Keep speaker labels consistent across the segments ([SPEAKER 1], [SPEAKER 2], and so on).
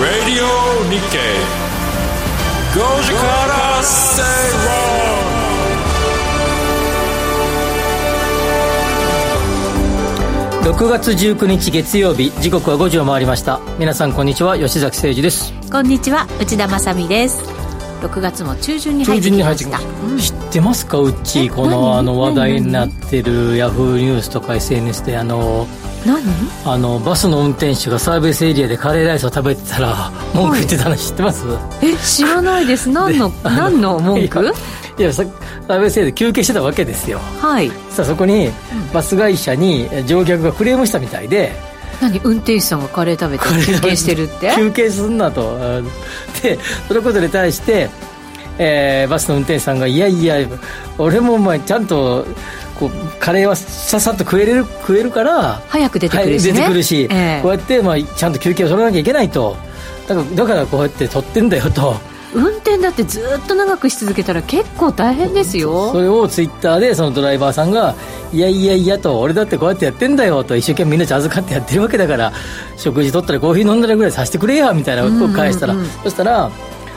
[SPEAKER 1] Radio Nikkei 5時から正
[SPEAKER 2] 6月19日月曜日時刻は5時を回りました皆さんこんにちは吉崎誠二です
[SPEAKER 3] こんにちは内田まさみです6月も中旬に入
[SPEAKER 2] 中
[SPEAKER 3] って
[SPEAKER 2] 旬
[SPEAKER 3] き
[SPEAKER 2] に
[SPEAKER 3] ま
[SPEAKER 2] 入ってき
[SPEAKER 3] し
[SPEAKER 2] ま
[SPEAKER 3] た
[SPEAKER 2] した、知ってますかうちこの
[SPEAKER 3] 何
[SPEAKER 2] あの話題にな
[SPEAKER 3] 何
[SPEAKER 2] ってるヤフーニュースとか SNS であの
[SPEAKER 3] 何
[SPEAKER 2] あのバスの運転手がサービスエリアでカレーライスを食べてたら文句言ってたの知ってます
[SPEAKER 3] え知らない です何の何の文
[SPEAKER 2] い
[SPEAKER 3] 句
[SPEAKER 2] やいやさサービスエリアで休憩してたわけですよ
[SPEAKER 3] はい
[SPEAKER 2] さあそこにバス会社にえ乗客がクレームしたみたいで
[SPEAKER 3] 何運転手さんがカレー食べて
[SPEAKER 2] これ
[SPEAKER 3] 休憩してるって
[SPEAKER 2] 休憩すんなと あでそのことに対して、えーバスの運転手さんがいやいや俺もお前ちゃんとこうカレーはささっと食えれる食えるから
[SPEAKER 3] 早く出てくるしね、
[SPEAKER 2] はい出てくるし
[SPEAKER 3] ええ
[SPEAKER 2] こうやって、まあ、ちゃんと休憩を取らなきゃいけないとだからだからこうやって取ってんだよと
[SPEAKER 3] 運転だってずっと長くし続けたら結構大変です
[SPEAKER 2] そ
[SPEAKER 3] よ
[SPEAKER 2] れをツイッターでそのドライバーさんがいやいやいやと俺だってこうやってやってんだよと一生懸命命預かってやってるわけだから食事取ったらコーヒー飲んだらぐらいさせてくれやみたいなことを返したら、
[SPEAKER 3] うんうんうん
[SPEAKER 2] そしたら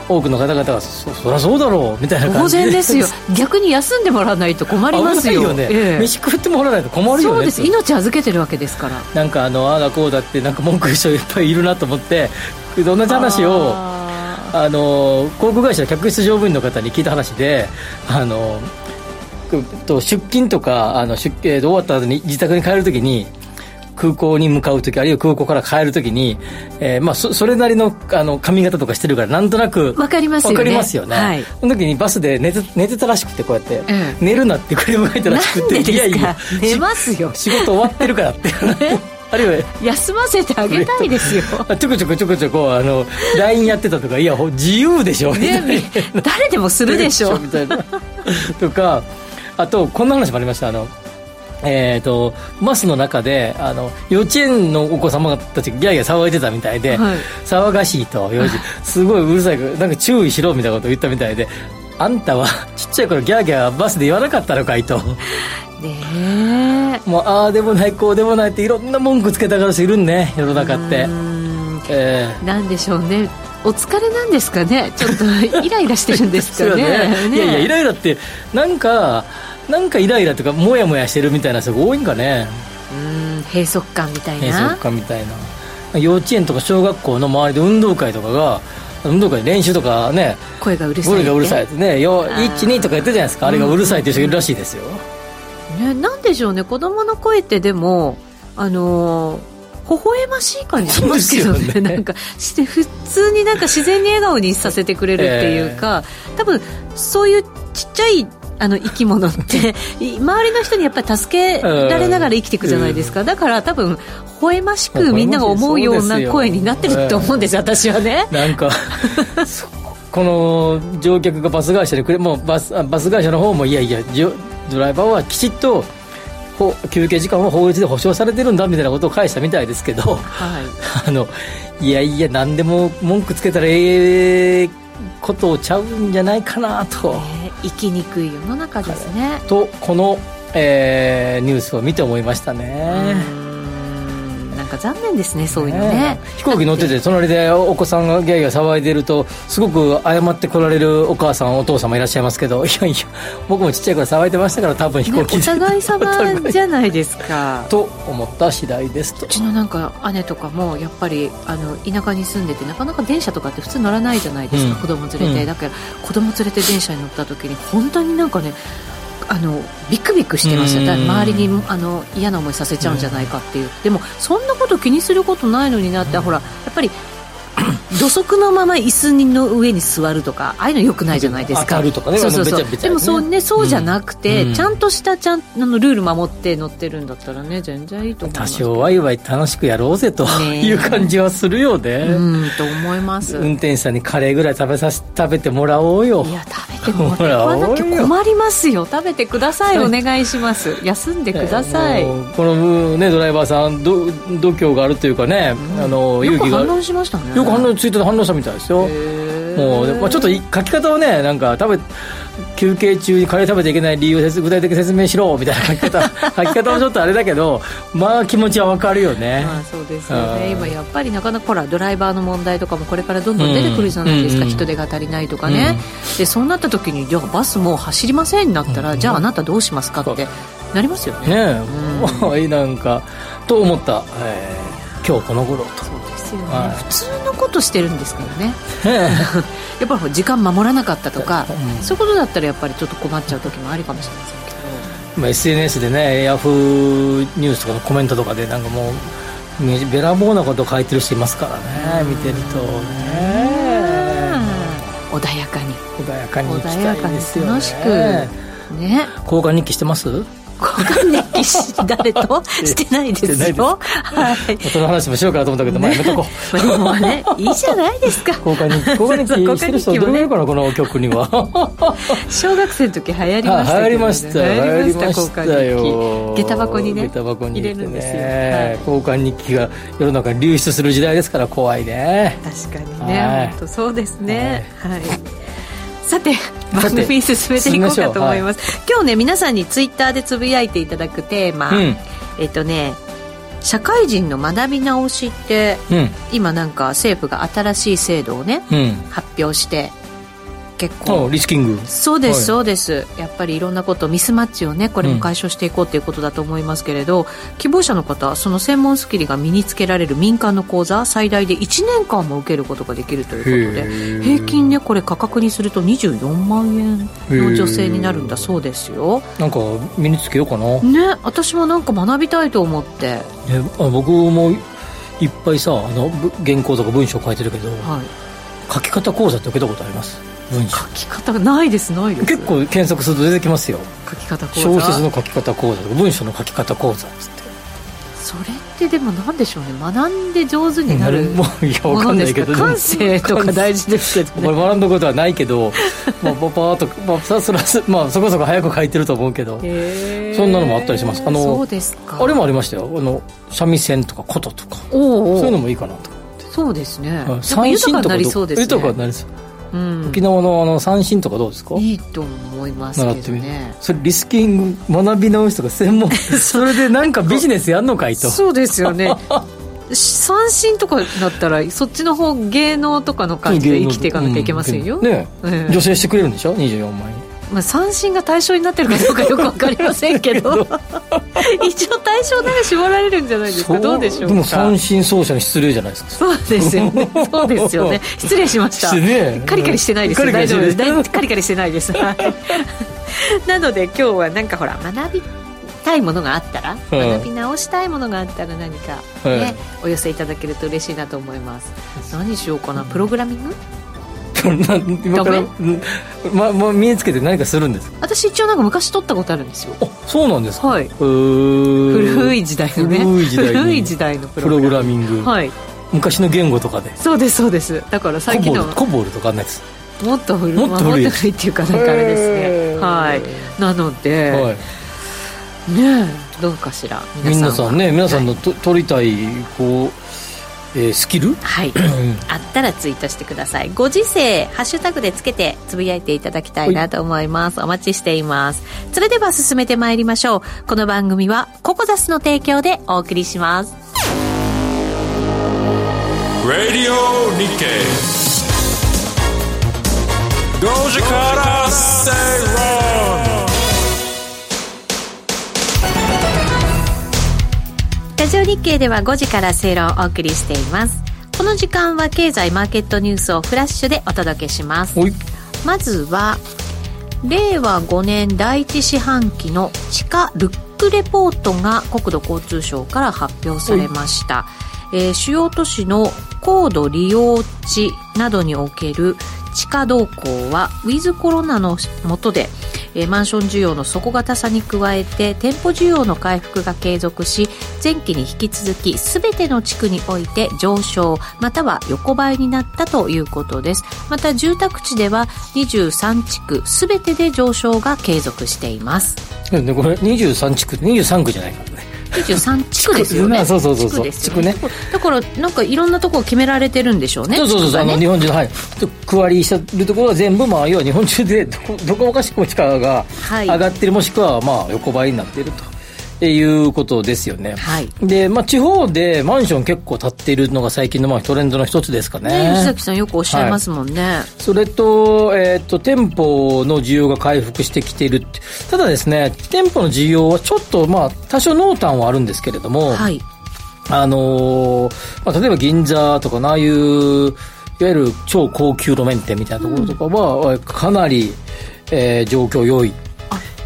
[SPEAKER 2] 多くの方々がそそりゃそうだろうみたいな感
[SPEAKER 3] 当
[SPEAKER 2] じ
[SPEAKER 3] 然ですよ逆に休んでもらわないと困りますよ
[SPEAKER 2] 危ないよね、
[SPEAKER 3] ええ
[SPEAKER 2] 飯食ってもらわないと困るよね
[SPEAKER 3] そうです
[SPEAKER 2] と
[SPEAKER 3] 命預けてるわけですから
[SPEAKER 2] なんかあのああだこうだってなんか文句言う人いっぱいいるなと思って同じ話を
[SPEAKER 3] あ
[SPEAKER 2] あの航空会社の客室乗務員の方に聞いた話であのくと出勤とかあの出勤えーと終わった後に自宅に帰るときに空港に向かうときあるいは空港から帰るときに、えーまあ、そそれなりのあの髪型とかしてるからなんとなく
[SPEAKER 3] ーわかりますよね
[SPEAKER 2] わかりますよね、
[SPEAKER 3] はい
[SPEAKER 2] その時にバスで寝て寝てたらしくてこうやって、
[SPEAKER 3] ええ
[SPEAKER 2] 寝るなってクレームが入ったらし
[SPEAKER 3] な
[SPEAKER 2] く
[SPEAKER 3] ん
[SPEAKER 2] て
[SPEAKER 3] でですか
[SPEAKER 2] いやいや
[SPEAKER 3] 寝ますよ
[SPEAKER 2] し仕事終わってるからって あるいは
[SPEAKER 3] 休ませてあげたいですよ
[SPEAKER 2] あちょこちょこちょこちょこあの LINE やってたとかいやほ自由でしょみ たいな
[SPEAKER 3] ね誰でもするでしょ
[SPEAKER 2] みたいなとかあとこんな話もありましたあのえー、とバスの中であの幼稚園のお子様たちがギャーギャー騒いでたみたいで、
[SPEAKER 3] はい
[SPEAKER 2] 騒がしいと 幼児すごいうるさいからなんか注意しろみたいなことを言ったみたいであんたはちっちゃい頃ギャーギャーバスで言わなかったのかい と
[SPEAKER 3] ね
[SPEAKER 2] もうああでもないこうでもないっていろんな文句つけたがる人いるんね世の中って
[SPEAKER 3] えう、ん
[SPEAKER 2] えー
[SPEAKER 3] なんでしょうねお疲れなんですかねちょっとイライラしてるんですかね
[SPEAKER 2] そうよねいやいやイライラってなんかなんかイライラとかモヤモヤしてるみたいな人が多いんかね
[SPEAKER 3] うん閉塞感みたい
[SPEAKER 2] 閉
[SPEAKER 3] な
[SPEAKER 2] 塞感みたいな幼稚園とか小学校の周りで運動会とかが運動会で練習とかね
[SPEAKER 3] 声がうるさ
[SPEAKER 2] ゴ
[SPEAKER 3] いって
[SPEAKER 2] リがうるさいってねよ
[SPEAKER 3] ー
[SPEAKER 2] 12とか言ってたじゃないですかあれがうるさいっていう人いるらしいですよ、
[SPEAKER 3] ね、なんでしょうね子供の声ってでもあのー微笑ましい感じしますけど
[SPEAKER 2] そう
[SPEAKER 3] ね
[SPEAKER 2] ですよね
[SPEAKER 3] なんかして普通になんか自然に笑顔にさせてくれるっていうか、多分そういうちっちゃいあの生き物って い周りの人にやっぱり助けられながら生きていくじゃないですか、だから多分微笑ましくみんなが思うような声になってると思うんです、私はね。
[SPEAKER 2] なん かそこの乗客がバス会社でくれもうバスあバス会社の方もいやいやじょドライバーはきちっとほ休憩時間は法律で保障されてるんだみたいなことを返したみたいですけど
[SPEAKER 3] はい
[SPEAKER 2] あのいやいや何でも文句つけたらええことをちゃうんじゃないかなと、
[SPEAKER 3] ね生きにくい世の中ですね。
[SPEAKER 2] とこの、えーニュースを見て思いましたね、
[SPEAKER 3] うんなんか残念ですね、そういうのね
[SPEAKER 2] ね飛行機乗ってて隣でお子さんがギャーギャー騒いでるとすごく謝ってこられるお母さんお父さんもいらっしゃいますけどい やいや僕もちっちゃい頃騒いでましたから多分飛
[SPEAKER 3] ね
[SPEAKER 2] 行
[SPEAKER 3] お
[SPEAKER 2] 機で、
[SPEAKER 3] 互い様じゃないですか
[SPEAKER 2] と思った次第ですと
[SPEAKER 3] うちのなんか姉とかもやっぱりあの田舎に住んでてなかなか電車とかって普通乗らないじゃないですか、
[SPEAKER 2] うん
[SPEAKER 3] 子供連れて、
[SPEAKER 2] うん
[SPEAKER 3] だから子供連れて電車に乗った時に本当になんかねあのビクビクしてましたよだから周りにあの嫌な思いさせちゃうんじゃないかっていう、でもそんなこと気にすることないのになって、ほらやっぱり 土足のまま椅子の上に座るとかああいうのよくないじゃないです
[SPEAKER 2] 当
[SPEAKER 3] か
[SPEAKER 2] たるとかね
[SPEAKER 3] そうそう
[SPEAKER 2] あ
[SPEAKER 3] そう
[SPEAKER 2] のべちゃべちゃ
[SPEAKER 3] でもそうねそうじゃなくて、
[SPEAKER 2] うん
[SPEAKER 3] ちゃんとしたちゃんあのルール守って乗ってるんだったらね全然いいと思いま
[SPEAKER 2] 多
[SPEAKER 3] す
[SPEAKER 2] 少ワイワイ楽しくやろうぜと
[SPEAKER 3] ねえ
[SPEAKER 2] いう感じはするよね、
[SPEAKER 3] うんと思います、
[SPEAKER 2] 運転手さんにカレーぐらい食べさせ食べてもらおうよ
[SPEAKER 3] いや食べても
[SPEAKER 2] ほ
[SPEAKER 3] ら
[SPEAKER 2] ら
[SPEAKER 3] わなきゃ
[SPEAKER 2] おいよ
[SPEAKER 3] 困りますよ食べてくださいお願いします休んでください、
[SPEAKER 2] えーもうこの、ね、ドライバーさんど度胸があるというかね、あの
[SPEAKER 3] よ
[SPEAKER 2] 勇
[SPEAKER 3] く
[SPEAKER 2] 気があ
[SPEAKER 3] 反
[SPEAKER 2] る
[SPEAKER 3] 応しましたね
[SPEAKER 2] よく反応ツイートで反応したみたいですよ
[SPEAKER 3] へー
[SPEAKER 2] もう、まあ、ちょっとい書き方をねなんか食べ休憩中にカレー食べていけない理由を説具体的に説明しろみたいな書き 方書き方もちょっとあれだけどまあ気持ちはわかるよね、
[SPEAKER 3] まあそうですよ
[SPEAKER 2] うん
[SPEAKER 3] ね今やっぱりなかなかほらドライバーの問題とかもこれからどんどん出てくるじゃないですか、
[SPEAKER 2] うん
[SPEAKER 3] 人手が足りないとかね、でそうなった時にじゃあバスもう走りませんになったら、じゃああなたどうしますかってなりますよね
[SPEAKER 2] ね え、なんかと思った、えー今日この頃と
[SPEAKER 3] そうですよね、
[SPEAKER 2] はい
[SPEAKER 3] 普通のことしてるんですからね やっぱり時間守らなかったとか、
[SPEAKER 2] うん
[SPEAKER 3] そういうことだったらやっぱりちょっと困っちゃう時もあるかもしれませんけど
[SPEAKER 2] まあ、SNS でね、ヤフーニュースとかのコメントとかで、なんかもう、ねべらぼうなこと書いてる人いますからね、見てるとね、
[SPEAKER 3] 穏やかに
[SPEAKER 2] 穏やかに行き
[SPEAKER 3] 穏
[SPEAKER 2] た
[SPEAKER 3] や
[SPEAKER 2] い
[SPEAKER 3] かに
[SPEAKER 2] ですよ、ね、
[SPEAKER 3] 楽しくね
[SPEAKER 2] 交換日記してます
[SPEAKER 3] 交換日記し誰 としてないで
[SPEAKER 2] してない
[SPEAKER 3] す
[SPEAKER 2] です
[SPEAKER 3] よは
[SPEAKER 2] 大
[SPEAKER 3] い
[SPEAKER 2] 人の話もしようかなと思ったけど、まあ、やめとこ う。
[SPEAKER 3] まあでもねいいじゃないですか
[SPEAKER 2] 交換日記交換日記してる人どれぐらいいるかなこの曲には
[SPEAKER 3] 小学生の時流行りましたけどね、
[SPEAKER 2] あ流行りましたよ
[SPEAKER 3] 流行り
[SPEAKER 2] 流行り
[SPEAKER 3] ま
[SPEAKER 2] ま
[SPEAKER 3] した
[SPEAKER 2] したよ
[SPEAKER 3] 交換日記下駄箱にね
[SPEAKER 2] 下駄箱に
[SPEAKER 3] 入
[SPEAKER 2] 入
[SPEAKER 3] れ
[SPEAKER 2] れて
[SPEAKER 3] るん
[SPEAKER 2] ね
[SPEAKER 3] ですよ、はい
[SPEAKER 2] 交換日記が世の中に流出する時代ですから怖いね
[SPEAKER 3] 確かに
[SPEAKER 2] は
[SPEAKER 3] ね
[SPEAKER 2] い
[SPEAKER 3] 本当そうですねはい、さて番組
[SPEAKER 2] さて
[SPEAKER 3] 進めていこうかと思います今日ね皆さんにツイッターでつぶやいていただくテーマ、
[SPEAKER 2] うん
[SPEAKER 3] えっとね社会人の学び直しって
[SPEAKER 2] うん
[SPEAKER 3] 今なんか政府が新しい制度をね
[SPEAKER 2] うん
[SPEAKER 3] 発表して結構
[SPEAKER 2] あリスキング
[SPEAKER 3] そうです、
[SPEAKER 2] はい
[SPEAKER 3] そうですやっぱりいろんなことミスマッチをねこれも解消していこうということだと思いますけれど、希望者の方その専門スキルが身につけられる民間の講座最大で1年間も受けることができるということ
[SPEAKER 2] へ
[SPEAKER 3] で
[SPEAKER 2] ー
[SPEAKER 3] 平均でこれ価格にすると24万円の女性になるんだそうですよ、
[SPEAKER 2] なんか身につけようかな、
[SPEAKER 3] ね、私もなんか学びたいと思って、
[SPEAKER 2] えあ僕もいっぱいさあのぶ原稿とか文章書いてるけど、
[SPEAKER 3] はい、
[SPEAKER 2] 書き方講座って受けたことあります文章
[SPEAKER 3] 書き方がないですないです
[SPEAKER 2] 結構検索すると出てきますよ
[SPEAKER 3] 書き方講座
[SPEAKER 2] 小説の書き方講座とか文章の書き方講座っつって
[SPEAKER 3] それってでもなんでしょうね学んで上手になる
[SPEAKER 2] もういやわかんないけど
[SPEAKER 3] ものですか感性とか大事ですけどね
[SPEAKER 2] 俺学んだことはないけどまあパパーっと、まあ、さそらすまあそこそこ早く書いてると思うけど
[SPEAKER 3] へー
[SPEAKER 2] そんなのもあったりしますあの
[SPEAKER 3] そうですか
[SPEAKER 2] あれもありましたよあの三味線とか琴とか
[SPEAKER 3] おうおう
[SPEAKER 2] そういうのもいいかなとか
[SPEAKER 3] そうですねやっぱ
[SPEAKER 2] 三
[SPEAKER 3] 豊
[SPEAKER 2] 振
[SPEAKER 3] か
[SPEAKER 2] とか
[SPEAKER 3] にな
[SPEAKER 2] ど
[SPEAKER 3] りそうですね
[SPEAKER 2] 豊かになりそう
[SPEAKER 3] うん
[SPEAKER 2] 沖縄のあの三振とかどうですか
[SPEAKER 3] いいと思います
[SPEAKER 2] 習
[SPEAKER 3] け
[SPEAKER 2] って
[SPEAKER 3] ど
[SPEAKER 2] みる
[SPEAKER 3] ね
[SPEAKER 2] それリスキング学び直しとか専 門それでなんかビジネスやんのかいと
[SPEAKER 3] そうです よね三振とかだったらそっちの方芸能とかの感じで生きていかなきゃいけませんよ、
[SPEAKER 2] うんねえ
[SPEAKER 3] ええ
[SPEAKER 2] 助成してくれるんでしょ24万円
[SPEAKER 3] まあ、三振が対象になってるかどうかよくわかりません けど一応対象なら絞られるんじゃないですかどうでしょうか
[SPEAKER 2] でも三振奏者に失礼じゃないですか
[SPEAKER 3] そうですよ ね。そうですよね。失礼しました。
[SPEAKER 2] してね
[SPEAKER 3] カリカリしてないです。
[SPEAKER 2] カリカ
[SPEAKER 3] 大
[SPEAKER 2] リし
[SPEAKER 3] 丈
[SPEAKER 2] て
[SPEAKER 3] 夫
[SPEAKER 2] な
[SPEAKER 3] で
[SPEAKER 2] い
[SPEAKER 3] す。大カリカリしてないです。はい なので今日はなんかほら学びたいものがあったら、
[SPEAKER 2] うん
[SPEAKER 3] 学び直したいものがあったら何か
[SPEAKER 2] は
[SPEAKER 3] ね、
[SPEAKER 2] い
[SPEAKER 3] お寄せいただけると嬉しいなと思います。何しようかな。プログラミング？
[SPEAKER 2] 今から、
[SPEAKER 3] ダ
[SPEAKER 2] うんまま、見えつけて何かするんですか
[SPEAKER 3] 私一応なんか昔取ったことあるんですよ。
[SPEAKER 2] あそうなんですか
[SPEAKER 3] はい。古
[SPEAKER 2] 古
[SPEAKER 3] い時代のね。
[SPEAKER 2] 古い時代に
[SPEAKER 3] 古い時代のプ
[SPEAKER 2] プロ
[SPEAKER 3] ログ
[SPEAKER 2] グ
[SPEAKER 3] ラ
[SPEAKER 2] ラ
[SPEAKER 3] ミン
[SPEAKER 2] ミング、
[SPEAKER 3] グ。はい。
[SPEAKER 2] 昔の言語とかで
[SPEAKER 3] そうですそうです。だから
[SPEAKER 2] コ
[SPEAKER 3] 最近
[SPEAKER 2] ボ
[SPEAKER 3] の
[SPEAKER 2] ルコボルとかあんなやつ
[SPEAKER 3] もっと古い
[SPEAKER 2] もっと古い
[SPEAKER 3] まあもっと古いっていうかなんかあれですね
[SPEAKER 2] へー
[SPEAKER 3] はいなので、
[SPEAKER 2] はい
[SPEAKER 3] ねえどうかしら皆
[SPEAKER 2] 皆
[SPEAKER 3] さん
[SPEAKER 2] さ
[SPEAKER 3] は
[SPEAKER 2] んね皆さんのと、取りたいこう、えースキル
[SPEAKER 3] はいあったらツイートしてくださいご時世ハッシュタグでつけてつぶやいていただきたいなと思いますお待ちしていますそれでは進めてまいりましょうこの番組はココザスの提供でお送りします
[SPEAKER 1] Radio Nikkei. Goji Kara Seiron.
[SPEAKER 3] ラジオ日経では5時から正論をお送りしていますこの時間は経済マーケットニュースをフラッシュでお届けします
[SPEAKER 2] おい
[SPEAKER 3] まずは令和5年第1四半期の地価ルックレポートが国土交通省から発表されました、えー主要都市の高度利用地などにおける地価動向はウィズコロナの下で、えーマンション需要の底堅さに加えて店舗需要の回復が継続し前期に引き続き全ての地区において上昇または横ばいになったということですまた住宅地では23地区全てで上昇が継続しています
[SPEAKER 2] ねこれ23地区23区じゃないからね
[SPEAKER 3] 93地区ですよね
[SPEAKER 2] 地区そうそうそうそう
[SPEAKER 3] 地区ですよね
[SPEAKER 2] 地区
[SPEAKER 3] だからなんかいろんなとこ決められてるんでしょうね
[SPEAKER 2] そうそうそう
[SPEAKER 3] 地
[SPEAKER 2] そう、あ
[SPEAKER 3] 区
[SPEAKER 2] の
[SPEAKER 3] がね
[SPEAKER 2] 日本中の、はい、ちょっと区割りしてるところは全部、まあ、要は日本中でどこ どこもかしくも地価が
[SPEAKER 3] はい
[SPEAKER 2] 上がってる、もしくはまあ横ばいになっているということですよね。
[SPEAKER 3] はい
[SPEAKER 2] で、まあ、地方でマンション結構建っているのが最近のまあトレンドの一つですか
[SPEAKER 3] ね
[SPEAKER 2] ね。
[SPEAKER 3] 吉崎さんよくおっしゃいますもんね、
[SPEAKER 2] それと、えっ、と、店舗の需要が回復してきているってただですね、店舗の需要はちょっと、まあ、多少濃淡はあるんですけれども、
[SPEAKER 3] はい
[SPEAKER 2] あのーまあ、例えば銀座とかなああいういわゆる超高級路面店みたいなところとかは、えかなり、えー状況良い、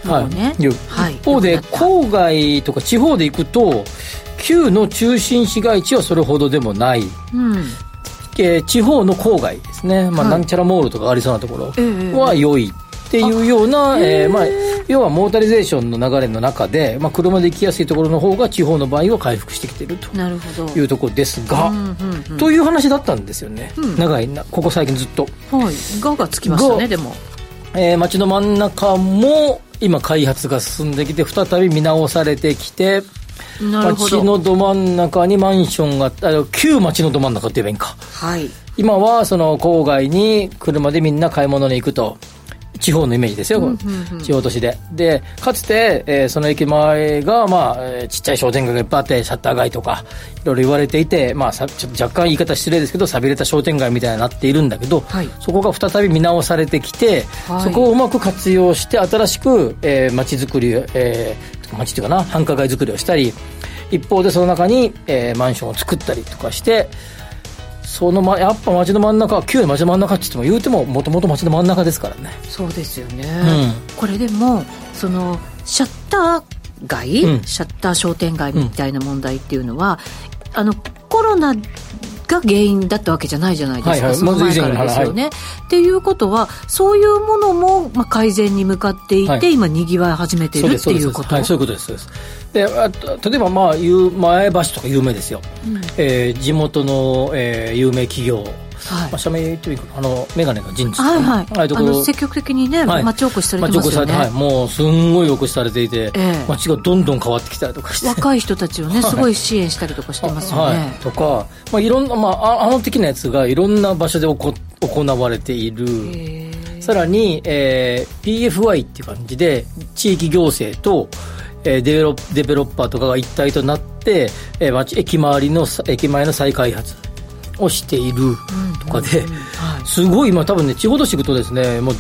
[SPEAKER 3] あなるほどね
[SPEAKER 2] いう
[SPEAKER 3] はい
[SPEAKER 2] 一方で
[SPEAKER 3] よくなった
[SPEAKER 2] 郊外とか地方で行くと旧の中心市街地はそれほどでもない、
[SPEAKER 3] うん
[SPEAKER 2] えー地方の郊外ですね、まあ
[SPEAKER 3] はい
[SPEAKER 2] なんちゃらモールとかありそうなとこ
[SPEAKER 3] ええ
[SPEAKER 2] ろは良いっていうような、えーまあ、要はモータリゼーションの流れの中で、まあ、車で行きやすいところの方が地方の場合は回復してきていると
[SPEAKER 3] なるほど
[SPEAKER 2] いうところですが、
[SPEAKER 3] うんうんうん
[SPEAKER 2] という話だったんですよね、
[SPEAKER 3] うん
[SPEAKER 2] 長いなここ最近ずっと、
[SPEAKER 3] はい「が」がつきました
[SPEAKER 2] が
[SPEAKER 3] ねでも
[SPEAKER 2] えー街の真ん中も今開発が進んできて再び見直されてきて
[SPEAKER 3] なるほ
[SPEAKER 2] 街
[SPEAKER 3] ど
[SPEAKER 2] のど真ん中にマンションがあ旧街のど真ん中って言えばいいんか
[SPEAKER 3] はい
[SPEAKER 2] 今はその郊外に車でみんな買い物に行くと地方のイメージですよ、地方都市ででかつて、えーその駅前が、まあえーちっちゃい商店街がいっぱいあってシャッター街とかいろいろ言われていて、まあ、さちょっと若干言い方失礼ですけど寂れた商店街みたいになっているんだけど、
[SPEAKER 3] はい
[SPEAKER 2] そこが再び見直されてきて、
[SPEAKER 3] はい
[SPEAKER 2] そこをうまく活用して新しく、えー、街づくり、えー、街っていうかな繁華街づくりをしたり一方でその中に、えーマンションを作ったりとかしてその、ま、やっぱ街の真ん中旧の街の真ん中って言っても言うてももともと街の真ん中ですからね
[SPEAKER 3] そうですよね、
[SPEAKER 2] う
[SPEAKER 3] これでもそのシャッター街、
[SPEAKER 2] うん
[SPEAKER 3] シャッター商店街みたいな問題っていうのは、あのコロナが原因だったわけじゃないじゃないですか、
[SPEAKER 2] はいはい
[SPEAKER 3] その
[SPEAKER 2] ま
[SPEAKER 3] 前
[SPEAKER 2] ず以
[SPEAKER 3] か
[SPEAKER 2] 前か
[SPEAKER 3] ら
[SPEAKER 2] ら
[SPEAKER 3] ですよね。っていうことはそういうものも、まあ、改善に向かっていて、
[SPEAKER 2] はい
[SPEAKER 3] 今にぎわい始めて
[SPEAKER 2] そう
[SPEAKER 3] る
[SPEAKER 2] で
[SPEAKER 3] っ
[SPEAKER 2] す
[SPEAKER 3] て
[SPEAKER 2] そうで
[SPEAKER 3] い
[SPEAKER 2] す
[SPEAKER 3] うこと
[SPEAKER 2] はいそういうことですそうですであと例えばまあ有前橋とか有名ですよ、えー地元の、えー有名企業、
[SPEAKER 3] はい
[SPEAKER 2] まあ、社名言ってもいいかなあのメガネの人事とか
[SPEAKER 3] はい
[SPEAKER 2] ね
[SPEAKER 3] はい
[SPEAKER 2] ああいうと
[SPEAKER 3] あ
[SPEAKER 2] ころ
[SPEAKER 3] の積極的にね、
[SPEAKER 2] はい
[SPEAKER 3] 町おこしされてます
[SPEAKER 2] 町おこ
[SPEAKER 3] よね、
[SPEAKER 2] しされてはい、もうすんごいよくされていて、
[SPEAKER 3] ええ
[SPEAKER 2] 街がどんどん変わってきたりとかして。
[SPEAKER 3] 若い人たちをね
[SPEAKER 2] はい
[SPEAKER 3] すごい支援したりとかしてますよね、
[SPEAKER 2] はい、とか、まあ、いろんな、まあ、ああの的なやつがいろんな場所でおこ行われている、
[SPEAKER 3] へー
[SPEAKER 2] さらに、えー PFY っていう感じで地域行政と、えーデベロデベロッパーとかが一体となって、えー街駅周りのさ駅前の再開発をしているとかで、
[SPEAKER 3] はい
[SPEAKER 2] すごい今多分ね地方都市行くとですねもう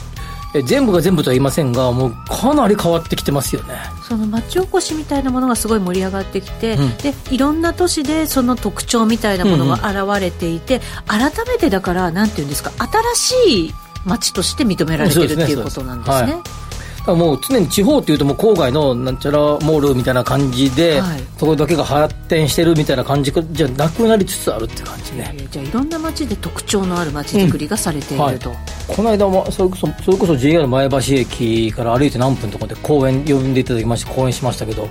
[SPEAKER 2] えー全部が全部とは言いませんがもうかなり変わってきてますよね
[SPEAKER 3] その町おこしみたいなものがすごい盛り上がってきて、
[SPEAKER 2] うん
[SPEAKER 3] でいろんな都市でその特徴みたいなものが現れていて、改めてだからなんていうんですか新しい町として認められてるっていうことなんです
[SPEAKER 2] そうですねそうです
[SPEAKER 3] ね
[SPEAKER 2] は。だからもう常に地方っていうともう郊外のなんちゃらモールみたいな感じで、
[SPEAKER 3] はい
[SPEAKER 2] そこだけが発展してるみたいな感じじゃなくなりつつあるって感じね
[SPEAKER 3] えーじゃあいろんな町で特徴のある町づくりがされていると、
[SPEAKER 2] この間もそれこそそれこそ JR 前橋駅から歩いて何分とかで公園呼んでいただきまして公園しましたけど、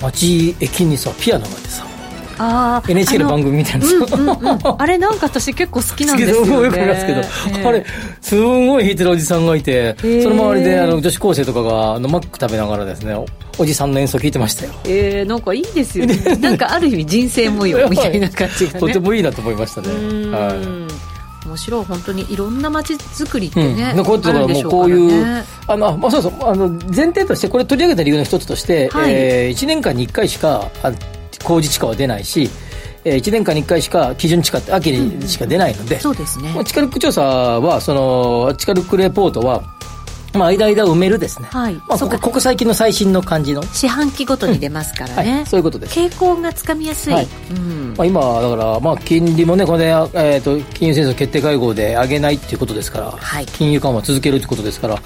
[SPEAKER 2] 町駅にさピアノがいてさ
[SPEAKER 3] ああ
[SPEAKER 2] NHK の番組みたいなさ、
[SPEAKER 3] うんうんうんあれなんか私結構好きなんです
[SPEAKER 2] よ
[SPEAKER 3] よ
[SPEAKER 2] く
[SPEAKER 3] ね
[SPEAKER 2] わかりますけど、
[SPEAKER 3] ええ
[SPEAKER 2] あれすんごい弾いてるおじさんがいて、
[SPEAKER 3] ー
[SPEAKER 2] その周りであの女子高生とかがあのマック食べながらですねおおじさんの演奏聞いてましたよ
[SPEAKER 3] えーなんかいいで すよねなんかある意味人生模 様みたいな感じがね
[SPEAKER 2] とてもいいなと思いましたね、
[SPEAKER 3] うん
[SPEAKER 2] は
[SPEAKER 3] 面白い本当にいろんな街づくりっ
[SPEAKER 2] い
[SPEAKER 3] てね、
[SPEAKER 2] うん、でこうやってだから
[SPEAKER 3] あるんで
[SPEAKER 2] も
[SPEAKER 3] し
[SPEAKER 2] う
[SPEAKER 3] ょ
[SPEAKER 2] こういうう
[SPEAKER 3] からね
[SPEAKER 2] あの、まあ、そうそうあの前提としてこれ取り上げた理由の一つとして、
[SPEAKER 3] はい
[SPEAKER 2] え1年間に1回しかあ工事地価は出ないし、え1年間に1回しか基準地価って秋にしか出ないので、
[SPEAKER 3] そうですね
[SPEAKER 2] まあ、地下ルック調査はその地下ルックレポートは、まあ、間々埋めるですね、
[SPEAKER 3] はい
[SPEAKER 2] まあ、
[SPEAKER 3] そ
[SPEAKER 2] こ
[SPEAKER 3] うか
[SPEAKER 2] こここ最近の最新の感じの、
[SPEAKER 3] 四半期ごとに出ますからね、
[SPEAKER 2] はい、そういうことです
[SPEAKER 3] 傾向がつかみやすい、
[SPEAKER 2] はい
[SPEAKER 3] うん
[SPEAKER 2] まあ、今、だから、まあ、金利もね、これで、あえー、と金融政策決定会合で上げないっていうことですから、
[SPEAKER 3] はい
[SPEAKER 2] 金融緩和続けるってことですから、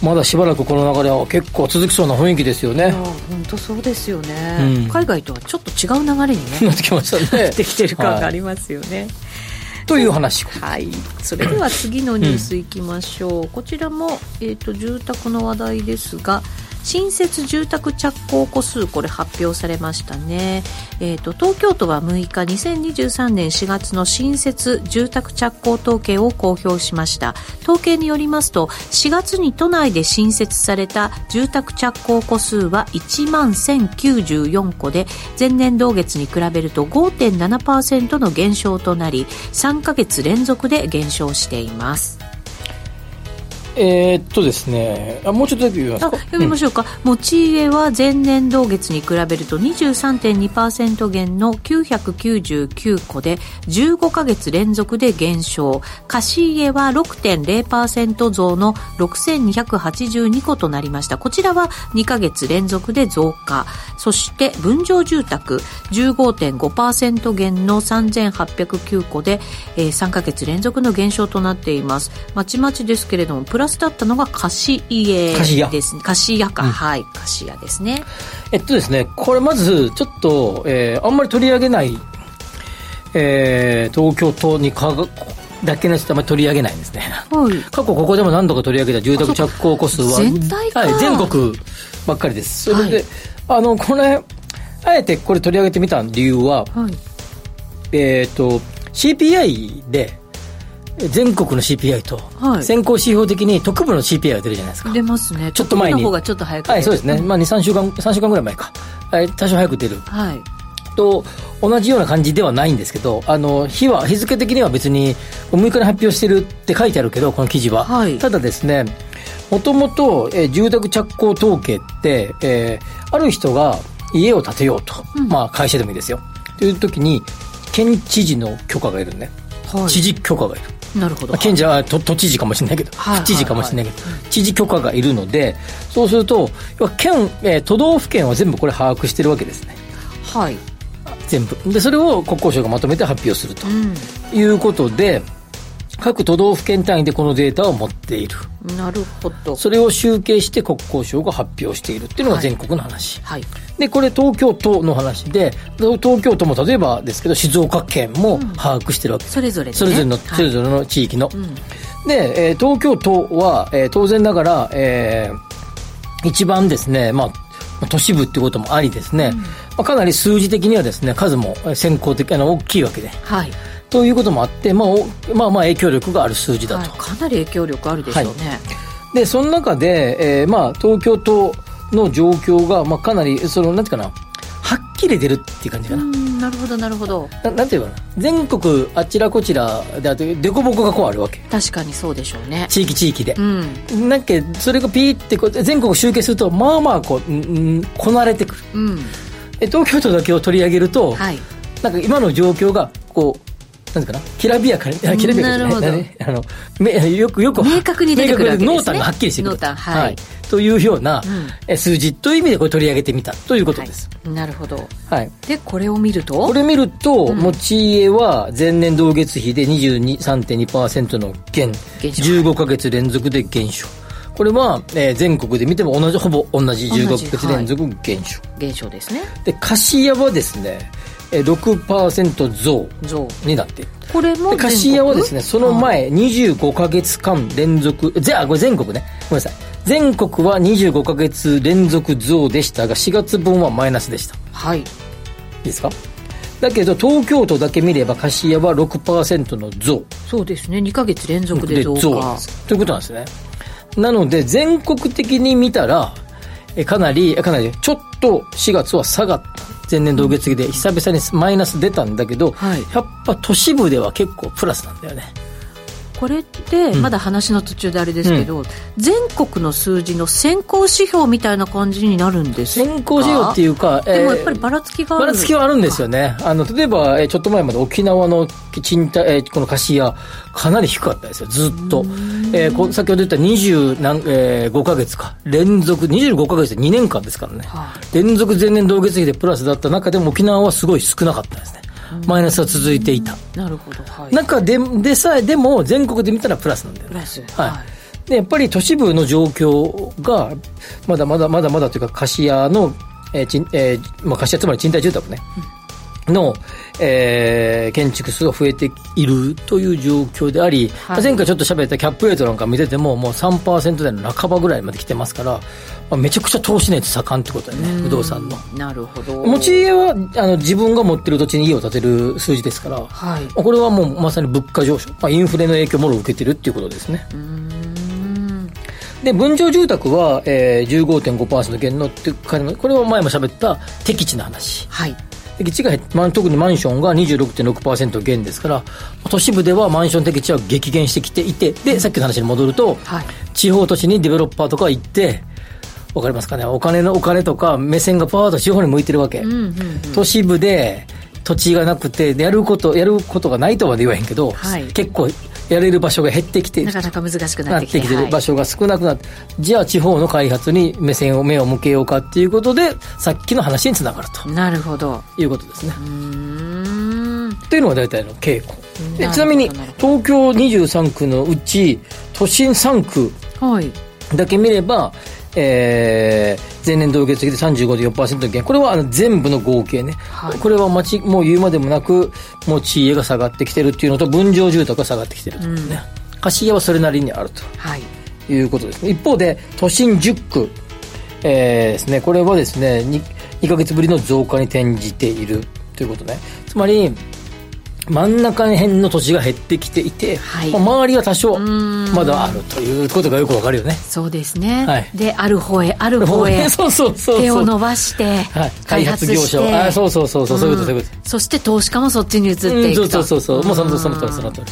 [SPEAKER 2] まだしばらくこの流れは結構続きそうな雰囲気ですよね。
[SPEAKER 3] 本当そうですよね、
[SPEAKER 2] うん
[SPEAKER 3] 海外とはちょっと違う流れにね
[SPEAKER 2] なってきましたね。
[SPEAKER 3] できてる感があ
[SPEAKER 2] はい
[SPEAKER 3] りますよね
[SPEAKER 2] という話。
[SPEAKER 3] はい、それでは次のニュースいきましょう、こちらも、えー、と住宅の話題ですが新設住宅着工戸数これ発表されましたね、えー、と東京都は6日2023年4月の新設住宅着工統計を公表しました統計によりますと4月に都内で新設された住宅着工戸数は1万1094戸で前年同月に比べると5.7%の減少となり3か月連続で減少しています
[SPEAKER 2] えーっとですねあもうちょっとだけ言います
[SPEAKER 3] あ
[SPEAKER 2] か
[SPEAKER 3] 読みましょうか、持ち家は前年同月に比べると23.2%減の999戸で15ヶ月連続で減少貸家は6.0%増の6282戸となりましたこちらは2ヶ月連続で増加そして分譲住宅15.5%減の3809戸で、えー、3ヶ月連続の減少となっていますまちまちですけれどもプラスだったのが貸家
[SPEAKER 2] 貸家
[SPEAKER 3] ですね。貸し屋か、はい、貸し屋ですね。
[SPEAKER 2] えっとですね、これまず、ちょっと、えーあんまり取り上げない、えー東京都にかがだけの人あんまり取り上げないんですね。
[SPEAKER 3] はい。
[SPEAKER 2] 過去ここでも何度か取り上げた住宅着工戸数は、
[SPEAKER 3] あそうか全体か
[SPEAKER 2] はい、全国ばっかりです。それで、
[SPEAKER 3] はい
[SPEAKER 2] あの、これ、あえてこれ取り上げてみた理由は、
[SPEAKER 3] はい。
[SPEAKER 2] えっ、と、CPI で、全国の CPI と、
[SPEAKER 3] はい
[SPEAKER 2] 先行指標的に特部の CPI が出るじゃないですか。
[SPEAKER 3] 出ますね。
[SPEAKER 2] ちょっと前に
[SPEAKER 3] の方がちょっと早く出る。
[SPEAKER 2] はい、そうですね。まあ、2、3週間、3週間ぐらい前か。はい多少早く出る。
[SPEAKER 3] はい。
[SPEAKER 2] と同じような感じではないんですけど、あの日は日付的には別に6日に発表してるって書いてあるけど、この記事は。
[SPEAKER 3] はい
[SPEAKER 2] ただですね、もともと、えー住宅着工統計って、えーある人が家を建てようと、まあ会社でもいいですよ。という時に、県知事の許可がいるね。
[SPEAKER 3] はい
[SPEAKER 2] 知事許可がいる。
[SPEAKER 3] なるほ
[SPEAKER 2] ま
[SPEAKER 3] ど。
[SPEAKER 2] あ、県じゃ都都知事かもしれないけど、
[SPEAKER 3] はいはい
[SPEAKER 2] 府知事かもしれないけど、知事許可がいるので、そうすると、要は県、えー都道府県は全部これ把握してるわけですね。
[SPEAKER 3] はい。
[SPEAKER 2] 全部でそれを国交省がまとめて発表すると
[SPEAKER 3] う
[SPEAKER 2] いうことで、各都道府県単位でこのデータを持っている
[SPEAKER 3] ん。なるほど。
[SPEAKER 2] それを集計して国交省が発表しているっていうのが全国の話、
[SPEAKER 3] はい。
[SPEAKER 2] でこれ東京都の話で東東京都も例えばですけど静岡県も把握してるわけです、
[SPEAKER 3] それぞれでね
[SPEAKER 2] それぞれの、
[SPEAKER 3] はい
[SPEAKER 2] それぞれの地域の、で、えー東京都は、えー当然ながら、えー一番ですね、まあ、都市部ってこともありですね、まあ、かなり数字的にはですね数もえー先行的あの大きいわけで
[SPEAKER 3] はい。
[SPEAKER 2] ということもあって、まあ、おまあまあ影響力がある数字だ
[SPEAKER 3] はい
[SPEAKER 2] と、
[SPEAKER 3] かなり影響力あるでしょうね。
[SPEAKER 2] でその中で、えーまあ、東京都の状況が、まあ、かなりそのなんていうかなはっきり出るっていう感じかな、
[SPEAKER 3] うん、なるほど、なるほど。
[SPEAKER 2] ななんていうかな全国あちらこちらであと凸凹がこうあるわけ
[SPEAKER 3] 確かにそうでしょうね。
[SPEAKER 2] 地域地域で
[SPEAKER 3] う、ん。
[SPEAKER 2] なんかそれがピーってこう全国集計するとまあまあこう、うん、こなれてくる
[SPEAKER 3] うん。
[SPEAKER 2] え東京都だけを取り上げると、
[SPEAKER 3] はい。
[SPEAKER 2] なんか今の状況がこうなんていうかなきらびやかにあきらびやかじゃ
[SPEAKER 3] なる
[SPEAKER 2] ないあのめよくよく
[SPEAKER 3] 明確に出てくるわけで
[SPEAKER 2] 明確で
[SPEAKER 3] すね
[SPEAKER 2] 濃淡がはっきりしてくる
[SPEAKER 3] 濃淡はい
[SPEAKER 2] というような、
[SPEAKER 3] ん
[SPEAKER 2] え数字という意味でこれ取り上げてみたということ
[SPEAKER 3] はい
[SPEAKER 2] です、
[SPEAKER 3] なるほど。
[SPEAKER 2] はい、
[SPEAKER 3] で、これを見ると。
[SPEAKER 2] これ見ると、持ち家は前年同月比で23.2%の減
[SPEAKER 3] 減少
[SPEAKER 2] 15ヶ月連続で減少これは、えー全国で見ても同じほぼ同じ15
[SPEAKER 3] 同
[SPEAKER 2] ヶ
[SPEAKER 3] じ
[SPEAKER 2] 月連続減少、
[SPEAKER 3] 減少ですね。
[SPEAKER 2] で貸家はですね、えー、6%増
[SPEAKER 3] 増。
[SPEAKER 2] になっている
[SPEAKER 3] これも全
[SPEAKER 2] で
[SPEAKER 3] 国。
[SPEAKER 2] 貸し屋はですねその前25ヶ月間連続ぜあこれ全国ねごめんなさい全国は25ヶ月連続増でしたが4月分はマイナスでしたい
[SPEAKER 3] はい。
[SPEAKER 2] いですかだけど東京都だけ見れば貸し屋は6%の増
[SPEAKER 3] そうですね。2ヶ月連続で
[SPEAKER 2] で
[SPEAKER 3] 増
[SPEAKER 2] 増なん
[SPEAKER 3] 加
[SPEAKER 2] で。すということなんですねなので全国的に見たらえかなりえかなりちょっと4月は下がった前年同月比で久々にマイナス出たんだけど、
[SPEAKER 3] はい
[SPEAKER 2] やっぱ都市部では結構プラスなんだよね
[SPEAKER 3] これってまだ話の途中であれですけど、全国の数字の先行指標みたいな感じになるんですか
[SPEAKER 2] 先行事業っていうか、
[SPEAKER 3] でも
[SPEAKER 2] えー
[SPEAKER 3] やっぱりばらつきがあ
[SPEAKER 2] ば
[SPEAKER 3] る
[SPEAKER 2] らつきはあるんですよね。あの、例えば、えーちょっと前まで沖縄の賃貸、えーこの貸し家、かなり低かったですよ、ずっと。えーこ先ほど言った20何、えー5ヶ月か。連続、25ヶ月で2年間ですからね。
[SPEAKER 3] は
[SPEAKER 2] 連続前年同月比でプラスだった中でも沖縄はすごい少なかったですね。マイナスは続いていた。
[SPEAKER 3] なるほどはい
[SPEAKER 2] 中で、でさえ、でも全国で見たらプラスなんだよ
[SPEAKER 3] プ
[SPEAKER 2] ね。
[SPEAKER 3] ラス
[SPEAKER 2] はいでやっぱり都市部の状況がまだまだまだまだというか貸家の、えー賃えーまあ、貸家つまり賃貸住宅ね、の、えー建築数が増えているという状況であり、
[SPEAKER 3] はい
[SPEAKER 2] 前回ちょっと喋ったキャップレートなんか見ててももう3%台の半ばぐらいまで来てますからまあ、めちゃくちゃ投資熱盛んってことだよね、不動産の。
[SPEAKER 3] なるほど
[SPEAKER 2] 持ち家はあの自分が持ってる土地に家を建てる数字ですから、
[SPEAKER 3] はい
[SPEAKER 2] まあこれはもうまさに物価上昇、まあ、インフレの影響をもろ受けてるっていうことですね。で、分譲住宅は、えー、15.5%減納って書いてますこれは前も喋った適地の話。
[SPEAKER 3] はい
[SPEAKER 2] 適地が減っまあ特にマンションが26.6%減ですから、都市部ではマンション適地は激減してきていて、で、さっきの話に戻ると、
[SPEAKER 3] はい
[SPEAKER 2] 地方都市にディベロッパーとか行って、わかりますかね、お金のお金とか目線がパーッと地方に向いてるわけ。
[SPEAKER 3] うんうん
[SPEAKER 2] 都市部で土地がなくてやることやることがないとは言わへんけど、
[SPEAKER 3] はい
[SPEAKER 2] 結構やれる場所が減ってきて
[SPEAKER 3] なかなか難しくな
[SPEAKER 2] なっ
[SPEAKER 3] っ
[SPEAKER 2] て
[SPEAKER 3] き
[SPEAKER 2] て
[SPEAKER 3] て
[SPEAKER 2] きてる場所
[SPEAKER 3] 所
[SPEAKER 2] が少なくなって、じゃあ地方の開発に目線を目を向けようかっていうことでさっきの話につながると
[SPEAKER 3] なるほど
[SPEAKER 2] いうことですね。
[SPEAKER 3] うーん
[SPEAKER 2] というのが大体の傾向
[SPEAKER 3] ん
[SPEAKER 2] で
[SPEAKER 3] なるほど
[SPEAKER 2] ちなみに
[SPEAKER 3] なる
[SPEAKER 2] 東京23区のうち都心3区
[SPEAKER 3] はい
[SPEAKER 2] だけ見れば、えー前年同月比で35.4%減これはあの全部の合計ね、
[SPEAKER 3] はい
[SPEAKER 2] これは町もう言うまでもなく持ち家が下がってきてるっていうのと分譲住宅が下がってきてると、ね貸し家はそれなりにあると
[SPEAKER 3] はい
[SPEAKER 2] いうことですね一方で都心10区、えーですねこれはですね 2, 2ヶ月ぶりの増加に転じているということねつまり真ん中辺の土地が減ってきていて、
[SPEAKER 3] はい
[SPEAKER 2] まあ周りは多少まだあるということがよくわかるよね
[SPEAKER 3] そうですね、
[SPEAKER 2] はい
[SPEAKER 3] である方へある方へ
[SPEAKER 2] そうそうそうそう
[SPEAKER 3] 手を伸ばして
[SPEAKER 2] はい
[SPEAKER 3] 開
[SPEAKER 2] 開発
[SPEAKER 3] 発して、
[SPEAKER 2] 業者をあそうそうそうそうそういうことそういうこと
[SPEAKER 3] そして投資家もそっちに移っ
[SPEAKER 2] う
[SPEAKER 3] て
[SPEAKER 2] ん
[SPEAKER 3] い
[SPEAKER 2] そ
[SPEAKER 3] くと、
[SPEAKER 2] うそうそうそうもうそのその通りその通り
[SPEAKER 3] ね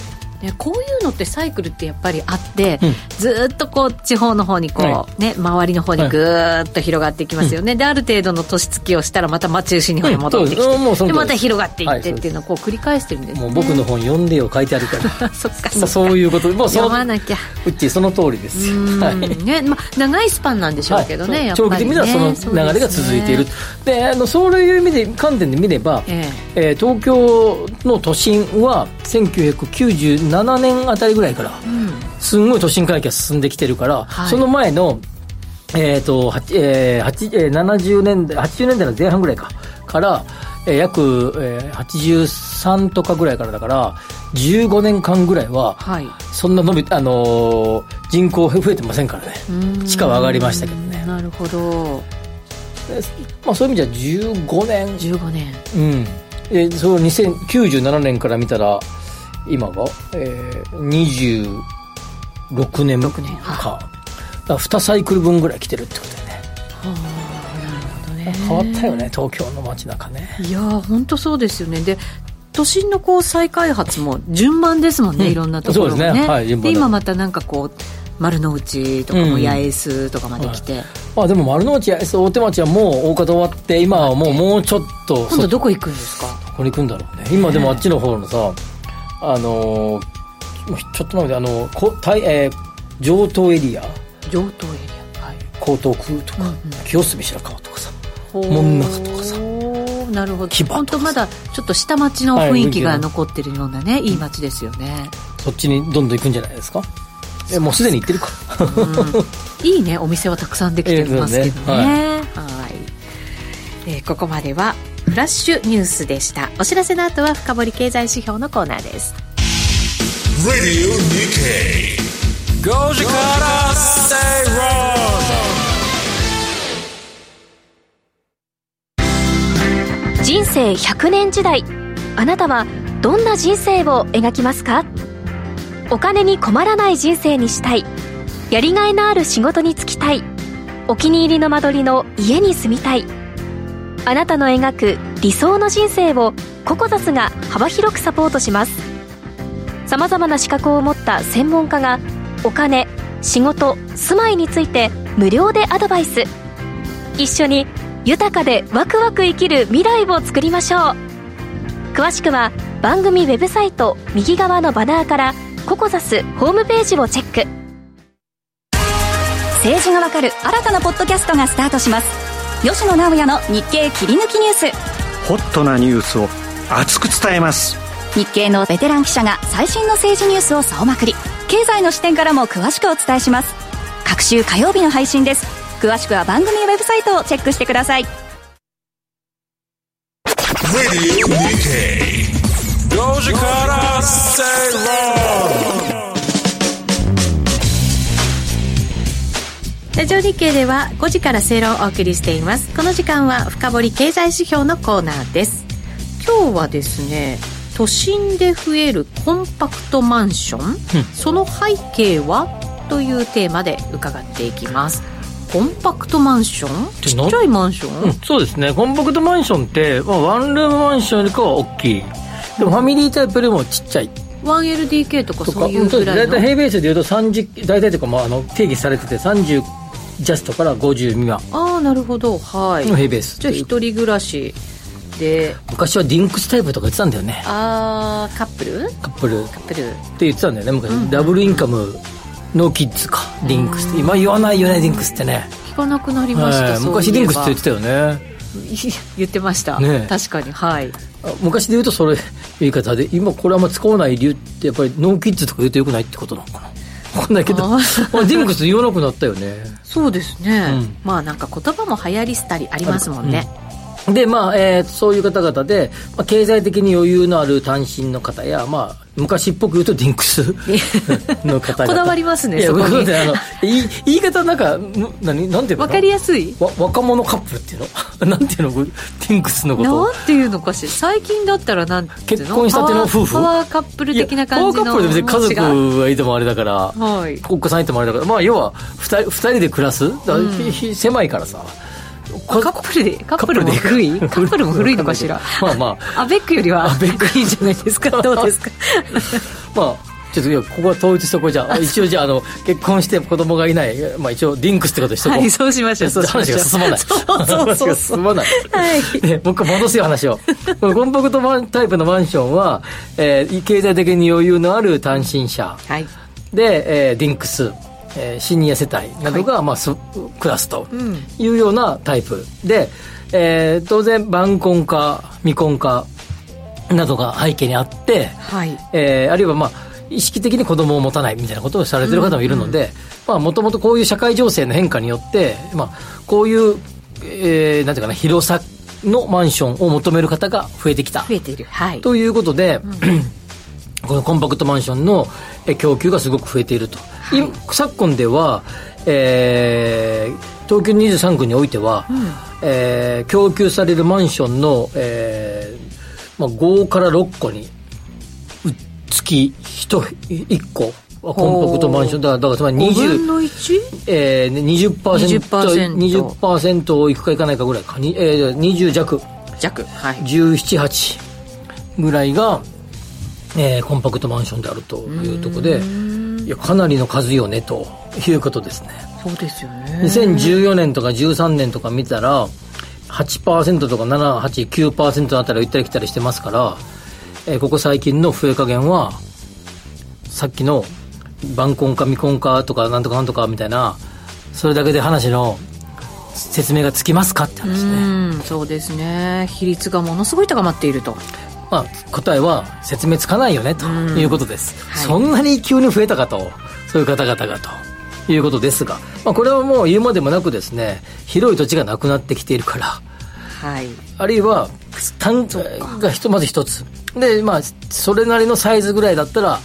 [SPEAKER 3] こういうのってサイクルってやっぱりあって、
[SPEAKER 2] うん
[SPEAKER 3] ずーっとこう地方の方にこう、
[SPEAKER 2] は
[SPEAKER 3] ね周りの方にぐーっと広がっていきますよね、である程度の年月をしたらまた町中心に
[SPEAKER 2] うん
[SPEAKER 3] 戻ってきて、
[SPEAKER 2] そうですうんもうその
[SPEAKER 3] で
[SPEAKER 2] 通り
[SPEAKER 3] また広がってい
[SPEAKER 2] は
[SPEAKER 3] っ
[SPEAKER 2] いそ
[SPEAKER 3] て
[SPEAKER 2] う
[SPEAKER 3] っ
[SPEAKER 2] です
[SPEAKER 3] ていうのをこう繰り返してるんです、
[SPEAKER 2] もう僕の本読んでよ書いてあるから
[SPEAKER 3] そっかそっ
[SPEAKER 2] まあ
[SPEAKER 3] か
[SPEAKER 2] そういうこともうその
[SPEAKER 3] 読まなきゃ
[SPEAKER 2] うっちーその通りですよ
[SPEAKER 3] うん
[SPEAKER 2] はい
[SPEAKER 3] ねまあ、長いスパンなんでしょうけどね、
[SPEAKER 2] はい
[SPEAKER 3] やっぱ
[SPEAKER 2] 長
[SPEAKER 3] り、ね、
[SPEAKER 2] 期的にはその流れが続いている
[SPEAKER 3] そうですね
[SPEAKER 2] で,、あのそういう意味で観点で見れば、
[SPEAKER 3] え
[SPEAKER 2] えー東京の都心は1997年あたりぐらいから、すんごい都心回帰が進んできてるから、
[SPEAKER 3] はい
[SPEAKER 2] その前の、えーとはちえーはちえー70年代80年代の前半ぐらいかから、えー約、えー83とかぐらいからだから15年間ぐらいは
[SPEAKER 3] はい
[SPEAKER 2] そんな伸びあのー人口増えてませんからね
[SPEAKER 3] うん
[SPEAKER 2] 地価は上がりましたけどね
[SPEAKER 3] なるほど
[SPEAKER 2] でまあ、そういう意味じゃ15年
[SPEAKER 3] 15年
[SPEAKER 2] うん、でその2097年から見たら今が、えー、26年か
[SPEAKER 3] 6年
[SPEAKER 2] だから2サイクル分ぐらい来てるってことだよね変わったよね東京の街中ね
[SPEAKER 3] いやー本当そうですよねで都心のこう再開発も順番ですもんね、
[SPEAKER 2] うん
[SPEAKER 3] いろんなところもね
[SPEAKER 2] そうですねはい順
[SPEAKER 3] で
[SPEAKER 2] 番だ
[SPEAKER 3] 今またなんかこう丸の内とか
[SPEAKER 2] うんう
[SPEAKER 3] も
[SPEAKER 2] ん
[SPEAKER 3] 八重洲とかまで来て、
[SPEAKER 2] まあでも丸の内八重洲大手町はもう大方終わって今はもうもうちょっと
[SPEAKER 3] 今
[SPEAKER 2] そ
[SPEAKER 3] 度
[SPEAKER 2] っ
[SPEAKER 3] どこ行くんですか
[SPEAKER 2] こに行くんだろうね今でもあっちの方のさあのーちょっと前であのこたい、えー上東エリア
[SPEAKER 3] 上東エリアはい
[SPEAKER 2] 江東区とか、
[SPEAKER 3] うんうん
[SPEAKER 2] 清澄白河とかさ
[SPEAKER 3] ほー
[SPEAKER 2] 真ん中とかさ
[SPEAKER 3] なるほど
[SPEAKER 2] 牙とかさ
[SPEAKER 3] 本当まだちょっと下町の雰囲気が残ってるようなね、い、い町ですよね、
[SPEAKER 2] そっちにどんどん行くんじゃないですかえもうすでに行ってるか
[SPEAKER 3] うんいいねお店はたくさんできてますけどね,、
[SPEAKER 2] え
[SPEAKER 3] はいえーここまではフラッシュニュースでしたお知らせの後は深掘り経済指標のコーナーです
[SPEAKER 1] Radio Nikkei. Go Jakarta, stay wrong.
[SPEAKER 4] 人生100年時代あなたはどんな人生を描きますかお金に困らない人生にしたいやりがいのある仕事に就きたいお気に入りの間取りの家に住みたいあなたの描く理想の人生をココザスが幅広くサポートしますさまざまな資格を持った専門家がお金仕事住まいについて無料でアドバイス一緒に豊かでワクワク生きる未来を作りましょう詳しくは番組ウェブサイト右側のバナーからココザスホームページをチェック
[SPEAKER 5] 政治がわかる新たなポッドキャストがスタートします吉野直也の日経切り抜きニュース
[SPEAKER 6] ホットなニュースを熱く伝えます
[SPEAKER 5] 日経のベテラン記者が最新の政治ニュースを総まくり経済の視点からも詳しくお伝えします各週火曜日の配信です詳しくは番組ウェブサイトをチェックしてください
[SPEAKER 1] Radio Nikkei. Go Jakarta, stay wrong.
[SPEAKER 3] ラジオ日経では5時から正論をお送りしていますこの時間は深掘り経済指標のコーナーです今日はですね都心で増えるコンパクトマンション、その背景はというテーマで伺っていきますコンパクトマンション
[SPEAKER 2] て
[SPEAKER 3] ち
[SPEAKER 2] な
[SPEAKER 3] っちゃいマンション、
[SPEAKER 2] うん そうですねコンパクトマンションって、まあ、ワンルームマンションよりかは大きいでもファミリータイプよりもちっちゃい
[SPEAKER 3] 1LDK とか
[SPEAKER 2] と
[SPEAKER 3] そ
[SPEAKER 2] か
[SPEAKER 3] ういう
[SPEAKER 2] そう
[SPEAKER 3] ぐ
[SPEAKER 2] です
[SPEAKER 3] ら
[SPEAKER 2] 大
[SPEAKER 3] いの
[SPEAKER 2] 体平米数でいうと30大体というか、まあ、あの定義されてて30ジャストから50未満
[SPEAKER 3] ああなるほどはい
[SPEAKER 2] の平米数
[SPEAKER 3] じゃあ一人暮らしで
[SPEAKER 2] 昔はディンクスタイプとか言ってたんだよね
[SPEAKER 3] あーカップル
[SPEAKER 2] カップル
[SPEAKER 3] カップル
[SPEAKER 2] って言ってたんだよね昔、ダブルインカムのキッズかディンクスって今言わないよねディンクスってね、
[SPEAKER 3] 聞かなくなりました、
[SPEAKER 2] はい
[SPEAKER 3] そうい
[SPEAKER 2] 昔
[SPEAKER 3] えば
[SPEAKER 2] ディンクスって言ってたよね
[SPEAKER 3] 言ってました、
[SPEAKER 2] ねえ
[SPEAKER 3] 確かにはい
[SPEAKER 2] あ昔で言うとそれ言い方で今これあんま使わない理由ってやっぱりノーキッズとか言うとよくないってことなのかな分かんないけど
[SPEAKER 3] あ
[SPEAKER 2] あディンクス言わなくなったよね
[SPEAKER 3] そうですね、
[SPEAKER 2] うん
[SPEAKER 3] まあなんか言葉も流行りしたりありますもんね、
[SPEAKER 2] で、まあ、えーそういう方々で、まあ、経済的に余裕のある単身の方や、まあ、昔っぽく言うとディンク スの方々。
[SPEAKER 3] こだわりますね
[SPEAKER 2] いや、
[SPEAKER 3] そこに
[SPEAKER 2] 僕ねあの、言い、言い方なんか、む何、なんていうの
[SPEAKER 3] わかりやすい
[SPEAKER 2] わ若者カップルっていうの なんていうのこうディンクスのこと
[SPEAKER 3] なんていうのかしら最近だったらなんていうの
[SPEAKER 2] 結婚したての夫婦
[SPEAKER 3] パワーパワーカップル的な感じの
[SPEAKER 2] いやパワーカップルで別に家
[SPEAKER 3] 違う
[SPEAKER 2] 族がいてもあれだから、
[SPEAKER 3] はい
[SPEAKER 2] お子さんいてもあれだから、まあ、要は二人二人で暮らすだから、ひひ狭いからさ
[SPEAKER 3] あカップルでカップルも
[SPEAKER 2] カップ
[SPEAKER 3] 古
[SPEAKER 2] ルで
[SPEAKER 3] いカップルも古いのかしら
[SPEAKER 2] まあま
[SPEAKER 3] あアベックよりはアベックいいんじゃないで すかどうですか
[SPEAKER 2] まあちょっといやここは統一しとこうじ ゃあ一応じゃああの結婚して子供がいない、まあ、一応ディンクスってことにしとこう、
[SPEAKER 3] はいそうしましょうそうしま
[SPEAKER 2] 話
[SPEAKER 3] しょ
[SPEAKER 2] が
[SPEAKER 3] う
[SPEAKER 2] 進まない
[SPEAKER 3] そうそうそうそう
[SPEAKER 2] 話が進まない、
[SPEAKER 3] はい
[SPEAKER 2] ね、僕戻すよ話をこのコンパクトマンタイプのマンションは、えー経済的に余裕のある単身者
[SPEAKER 3] はい
[SPEAKER 2] で、えーディンクス、えーシニア世帯などが、まあ、す暮らすというようなタイプで、えー当然晩婚化未婚化などが背景にあって、
[SPEAKER 3] はい
[SPEAKER 2] えーあるいはまあ意識的に子供を持たないみたいなことをされてる方もいるのでもともとこういう社会情勢の変化によって、まあ、こういう、えーなんていうかな広さのマンションを求める方が増えてきた
[SPEAKER 3] 増えているはい
[SPEAKER 2] ということで、 このコンパクトマンションのえ供給がすごく増えていると、今昨今では、えー東京23区においては、えー供給されるマンションの、えーまあ、5から6個にう月 1, 1個はコンパクトマンションだからだからつまり
[SPEAKER 3] 5
[SPEAKER 2] 20
[SPEAKER 3] 分の 1?
[SPEAKER 2] えー、20%,
[SPEAKER 3] 20%
[SPEAKER 2] 20%をいくかいかないかぐらいか、にえー、20弱
[SPEAKER 3] 弱はい
[SPEAKER 2] 178ぐらいが、えーコンパクトマンションであるというところでいやかなりの数よねということですね
[SPEAKER 3] そうですよね
[SPEAKER 2] 2014年とか13年とか見たら8%とか789%あたりを行ったり来たりしてますから、えーここ最近の増え加減はさっきの晩婚か未婚かとかなんとかなんとかみたいなそれだけで話の説明がつきますかって話ですね
[SPEAKER 3] うんそうですね比率がものすごい高まっていると
[SPEAKER 2] まあ、答えは説明つかないよねということです、
[SPEAKER 3] はい
[SPEAKER 2] そんなに急に増えたかとそういう方々がということですが、まあ、これはもう言うまでもなくですね広い土地がなくなってきているから
[SPEAKER 3] はい
[SPEAKER 2] あるいは単がひとまず一つでまあそれなりのサイズぐらいだったら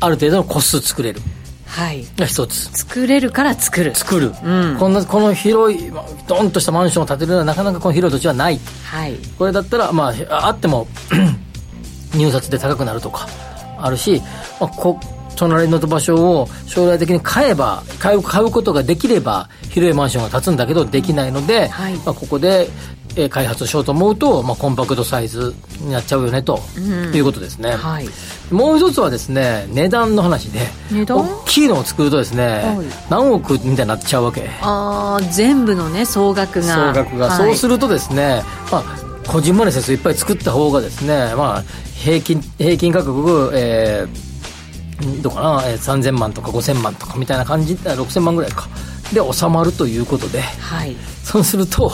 [SPEAKER 2] ある程度の個数作れる
[SPEAKER 3] はい
[SPEAKER 2] が一つ
[SPEAKER 3] 作れるから作る
[SPEAKER 2] 作る、
[SPEAKER 3] うん
[SPEAKER 2] こんなこの広いまあドンとしたマンションを建てるのはなかなかこの広い土地はない
[SPEAKER 3] はい
[SPEAKER 2] これだったら、まあ、あっても 入札で高くなるとかあるし、まあ、こ隣の場所を将来的に買えば買う買うことができれば広いマンションが建つんだけどできないので、
[SPEAKER 3] はい
[SPEAKER 2] まあ、ここで、えー開発をしようと思うと、まあ、コンパクトサイズになっちゃうよねと、いうことですね、
[SPEAKER 3] はい
[SPEAKER 2] もう一つはですね値段の話で
[SPEAKER 3] 値段
[SPEAKER 2] 大きいのを作るとですね、
[SPEAKER 3] はい
[SPEAKER 2] 何億みたいになっちゃうわけ
[SPEAKER 3] あー全部のね総額
[SPEAKER 2] 総
[SPEAKER 3] が
[SPEAKER 2] 額が、
[SPEAKER 3] はい
[SPEAKER 2] そうするとですね、まあ、個人まで説いっぱい作った方がですね、まあ、平均平均価格、えーどうかな、えー3000万とか5000万とかみたいな感じあ6000万ぐらいかで収まるということで
[SPEAKER 3] はい
[SPEAKER 2] そうすると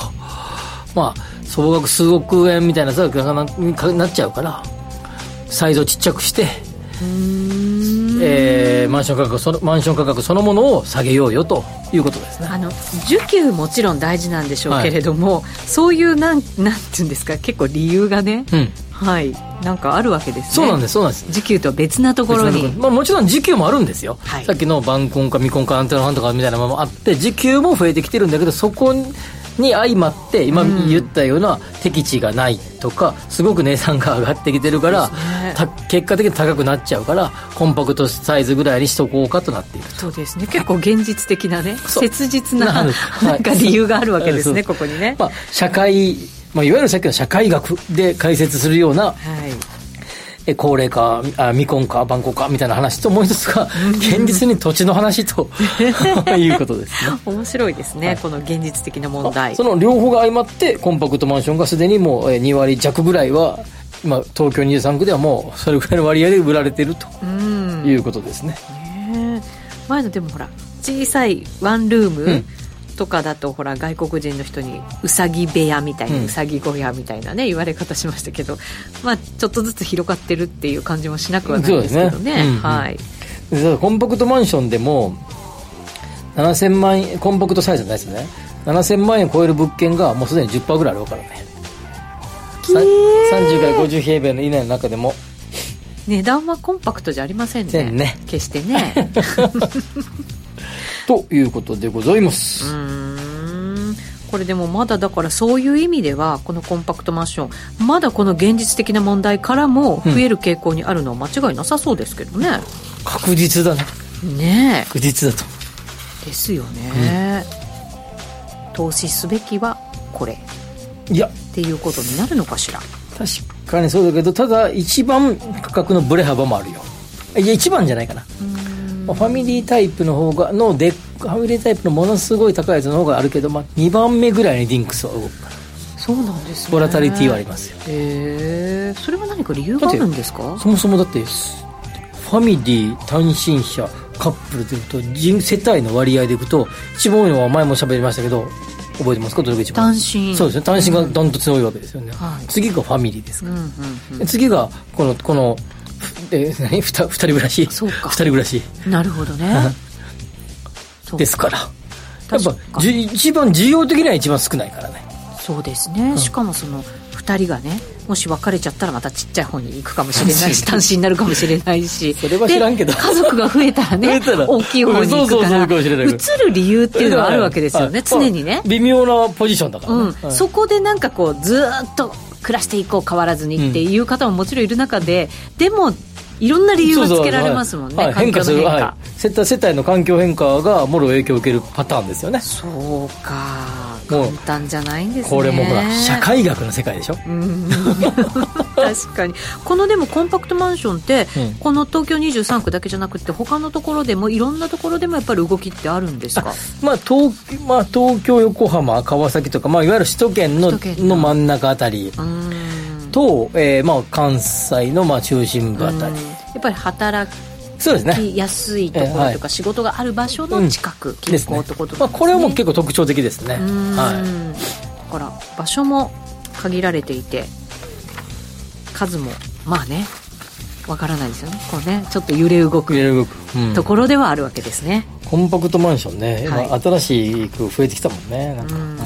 [SPEAKER 2] まあ総額数億円みたいな額がなななっちゃうからサイズをちっちゃくして、えーマンション価格そのマンション価格そのものを下げようよということですね
[SPEAKER 3] あの需給もちろん大事なんでしょう
[SPEAKER 2] はい
[SPEAKER 3] けれども、そういうなんなんていうんですか結構理由がね、
[SPEAKER 2] うん
[SPEAKER 3] はいなんかあるわけですね
[SPEAKER 2] そうなんですそうなんです
[SPEAKER 3] 時給とは別なところに
[SPEAKER 2] まあ、もちろん時給もあるんですよ、
[SPEAKER 3] はい
[SPEAKER 2] さっきの晩婚か未婚かアンテナファンとかみたいなのもあって時給も増えてきてるんだけどそこに相まって今言ったような敵地がないとか、すごく値段が上がってきてるから、た結果的に高くなっちゃうからコンパクトサイズぐらいにしとこうかとなっている
[SPEAKER 3] そうですね結構現実的なね
[SPEAKER 2] そう
[SPEAKER 3] 切実な
[SPEAKER 2] な
[SPEAKER 3] な
[SPEAKER 2] るはい
[SPEAKER 3] んか理由があるわけですね
[SPEAKER 2] そう
[SPEAKER 3] ここにね
[SPEAKER 2] まあ、社会、まあ、いわゆるさっきの社会学で解説するような
[SPEAKER 3] はい
[SPEAKER 2] え高齢化あ未婚か晩婚かみたいな話ともう一つが現実に土地の話 ということですね
[SPEAKER 3] 面白いですね、この現実的な問題
[SPEAKER 2] その両方が相まってコンパクトマンションがすでにもうえー2割弱ぐらいは今東京23区ではもうそれぐらいの割合で売られてると
[SPEAKER 3] うん
[SPEAKER 2] いうことですね、
[SPEAKER 3] ね前のでもほら小さいワンルーム、
[SPEAKER 2] うん
[SPEAKER 3] とかだとほら外国人の人にうさぎ部屋みたいな、
[SPEAKER 2] う
[SPEAKER 3] うんさぎ小屋みたいなね言われ方しましたけど、まあ、ちょっとずつ広がってるっていう感じもしなくはないですけど
[SPEAKER 2] そう
[SPEAKER 3] ね
[SPEAKER 2] ですねうんうん
[SPEAKER 3] はい、
[SPEAKER 2] でただコンパクトマンションでも7000万円コンパクトサイズじゃないですよね7000万円を超える物件がもうすでに10%ぐらいあるからねさ30から50平米の以内の中でも
[SPEAKER 3] 値段はコンパクトじゃありません
[SPEAKER 2] せ
[SPEAKER 3] ね
[SPEAKER 2] んね
[SPEAKER 3] 決してね
[SPEAKER 2] ということでございます、
[SPEAKER 3] うーんこれでもまだだからそういう意味ではこのコンパクトマンションまだこの現実的な問題からも増える傾向にあるのは間違いなさそうですけどね、
[SPEAKER 2] 確実だね
[SPEAKER 3] ねえ
[SPEAKER 2] 確実だと
[SPEAKER 3] ですよね、投資すべきはこれっ
[SPEAKER 2] いや
[SPEAKER 3] ていうことになるのかしら
[SPEAKER 2] 確かにそうだけどただ一番価格のブレ幅もあるよいや一番じゃないかなまあファミリータイプの方がのでファミリータイプのものすごい高いやつの方があるけど、まあ、2番目ぐらいにリンクスは動くから
[SPEAKER 3] そうなんですね
[SPEAKER 2] ボラタリティはありますよ
[SPEAKER 3] へえそれは何か理由があるんですか
[SPEAKER 2] そもそもだってすファミリー単身者カップルでいうと人世帯の割合でいくと一番多いのは前も喋りましたけど覚えてますかどれが一番
[SPEAKER 3] 単身
[SPEAKER 2] そうですね単身がダントツに多いわけですよね、
[SPEAKER 3] はい
[SPEAKER 2] 次がファミリーです
[SPEAKER 3] う
[SPEAKER 2] か
[SPEAKER 3] んう
[SPEAKER 2] ら
[SPEAKER 3] んうん
[SPEAKER 2] 次がこのこのえー何ふ た二人暮らし
[SPEAKER 3] そう
[SPEAKER 2] 二
[SPEAKER 3] か
[SPEAKER 2] 人暮らし
[SPEAKER 3] なるほどね そう
[SPEAKER 2] ですからやっ
[SPEAKER 3] 確
[SPEAKER 2] ぱ
[SPEAKER 3] か
[SPEAKER 2] じ一番需要的には一番少ないからね
[SPEAKER 3] そうですね、しかもその2人がねもし別れちゃったらまたちっちゃい方に行くかもしれないし単身になるかもしれないし
[SPEAKER 2] それは知らんけど
[SPEAKER 3] で家族が増えたらね
[SPEAKER 2] 増えたら
[SPEAKER 3] 大きい方に行くか
[SPEAKER 2] そうそうそう
[SPEAKER 3] ら
[SPEAKER 2] かもしれないけ
[SPEAKER 3] 移る理由っていうのはあるわけですよね
[SPEAKER 2] はい
[SPEAKER 3] 常にね
[SPEAKER 2] まあ微妙なポジションだからね、
[SPEAKER 3] う
[SPEAKER 2] は
[SPEAKER 3] ん、
[SPEAKER 2] い
[SPEAKER 3] そこでなんかこうずーっと暮らしていこう変わらずにっていう方ももちろんいる中で、でもいろんな理由がつけられますもんね、
[SPEAKER 2] はいはい
[SPEAKER 3] 環境の
[SPEAKER 2] する
[SPEAKER 3] 変化、
[SPEAKER 2] はい世帯世帯の環境変化がもろ影響を受けるパターンですよね
[SPEAKER 3] そうか
[SPEAKER 2] も
[SPEAKER 3] 簡
[SPEAKER 2] う
[SPEAKER 3] 単じゃないんですね
[SPEAKER 2] これもほら社会学の世界でしょ
[SPEAKER 3] うん確かにこのでもコンパクトマンションって、
[SPEAKER 2] うん
[SPEAKER 3] この東京23区だけじゃなくて他のところでもいろんなところでもやっぱり動きってあるんですか
[SPEAKER 2] まあ東,、まあ、東京横浜川崎とか、まあ、いわゆる首都圏の
[SPEAKER 3] 首都圏
[SPEAKER 2] の
[SPEAKER 3] の
[SPEAKER 2] 真ん中あたり
[SPEAKER 3] うーん
[SPEAKER 2] と、えーまあ、関西のまあ中心部あたり、
[SPEAKER 3] うんやっぱり働
[SPEAKER 2] そうですね
[SPEAKER 3] きやすいとこ
[SPEAKER 2] えは
[SPEAKER 3] ろ
[SPEAKER 2] い
[SPEAKER 3] とか仕事がある場所の近く、近
[SPEAKER 2] ですね
[SPEAKER 3] 郊ってこと
[SPEAKER 2] ま
[SPEAKER 3] な
[SPEAKER 2] あ、
[SPEAKER 3] んですね
[SPEAKER 2] これはもう結構特徴的ですね、
[SPEAKER 3] うーん
[SPEAKER 2] は
[SPEAKER 3] だから場所も限られていて数もまあねわからないですよねこうねちょっと揺れ動
[SPEAKER 2] い、揺
[SPEAKER 3] く
[SPEAKER 2] れ動く、うん
[SPEAKER 3] ところではあるわけですね
[SPEAKER 2] コンパクトマンションね、
[SPEAKER 3] はい
[SPEAKER 2] 今新しく増えてきたもんねなん
[SPEAKER 3] う
[SPEAKER 2] か
[SPEAKER 3] ん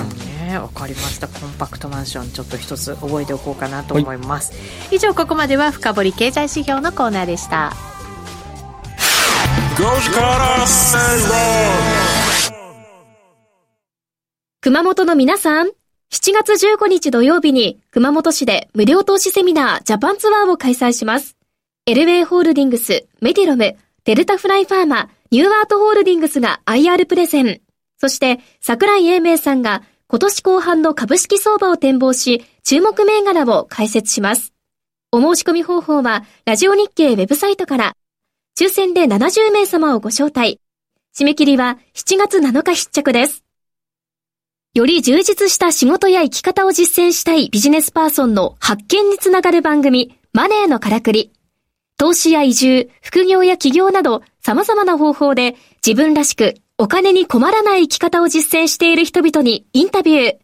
[SPEAKER 3] ねわかりましたコンパクトマンションちょっと一つ覚えておこうかなと思います、以上ここまでは深掘り経済指標のコーナーでした
[SPEAKER 1] 5時から正
[SPEAKER 4] 熊本の皆さん、7月15日土曜日に熊本市で無料投資セミナージャパンツアーを開催します。エルウェイホールディングス、メディロム、デルタフライファーマ、ニューアートホールディングスが IR プレゼン。そして、桜井英明さんが今年後半の株式相場を展望し、注目銘柄を解説します。お申し込み方法は、ラジオ日経ウェブサイトから、抽選で70名様をご招待。締め切りは7月7日必着です。より充実した仕事や生き方を実践したいビジネスパーソンの発見につながる番組、マネーのからくり。投資や移住、副業や起業など様々な方法で自分らしくお金に困らない生き方を実践している人々にインタビュー。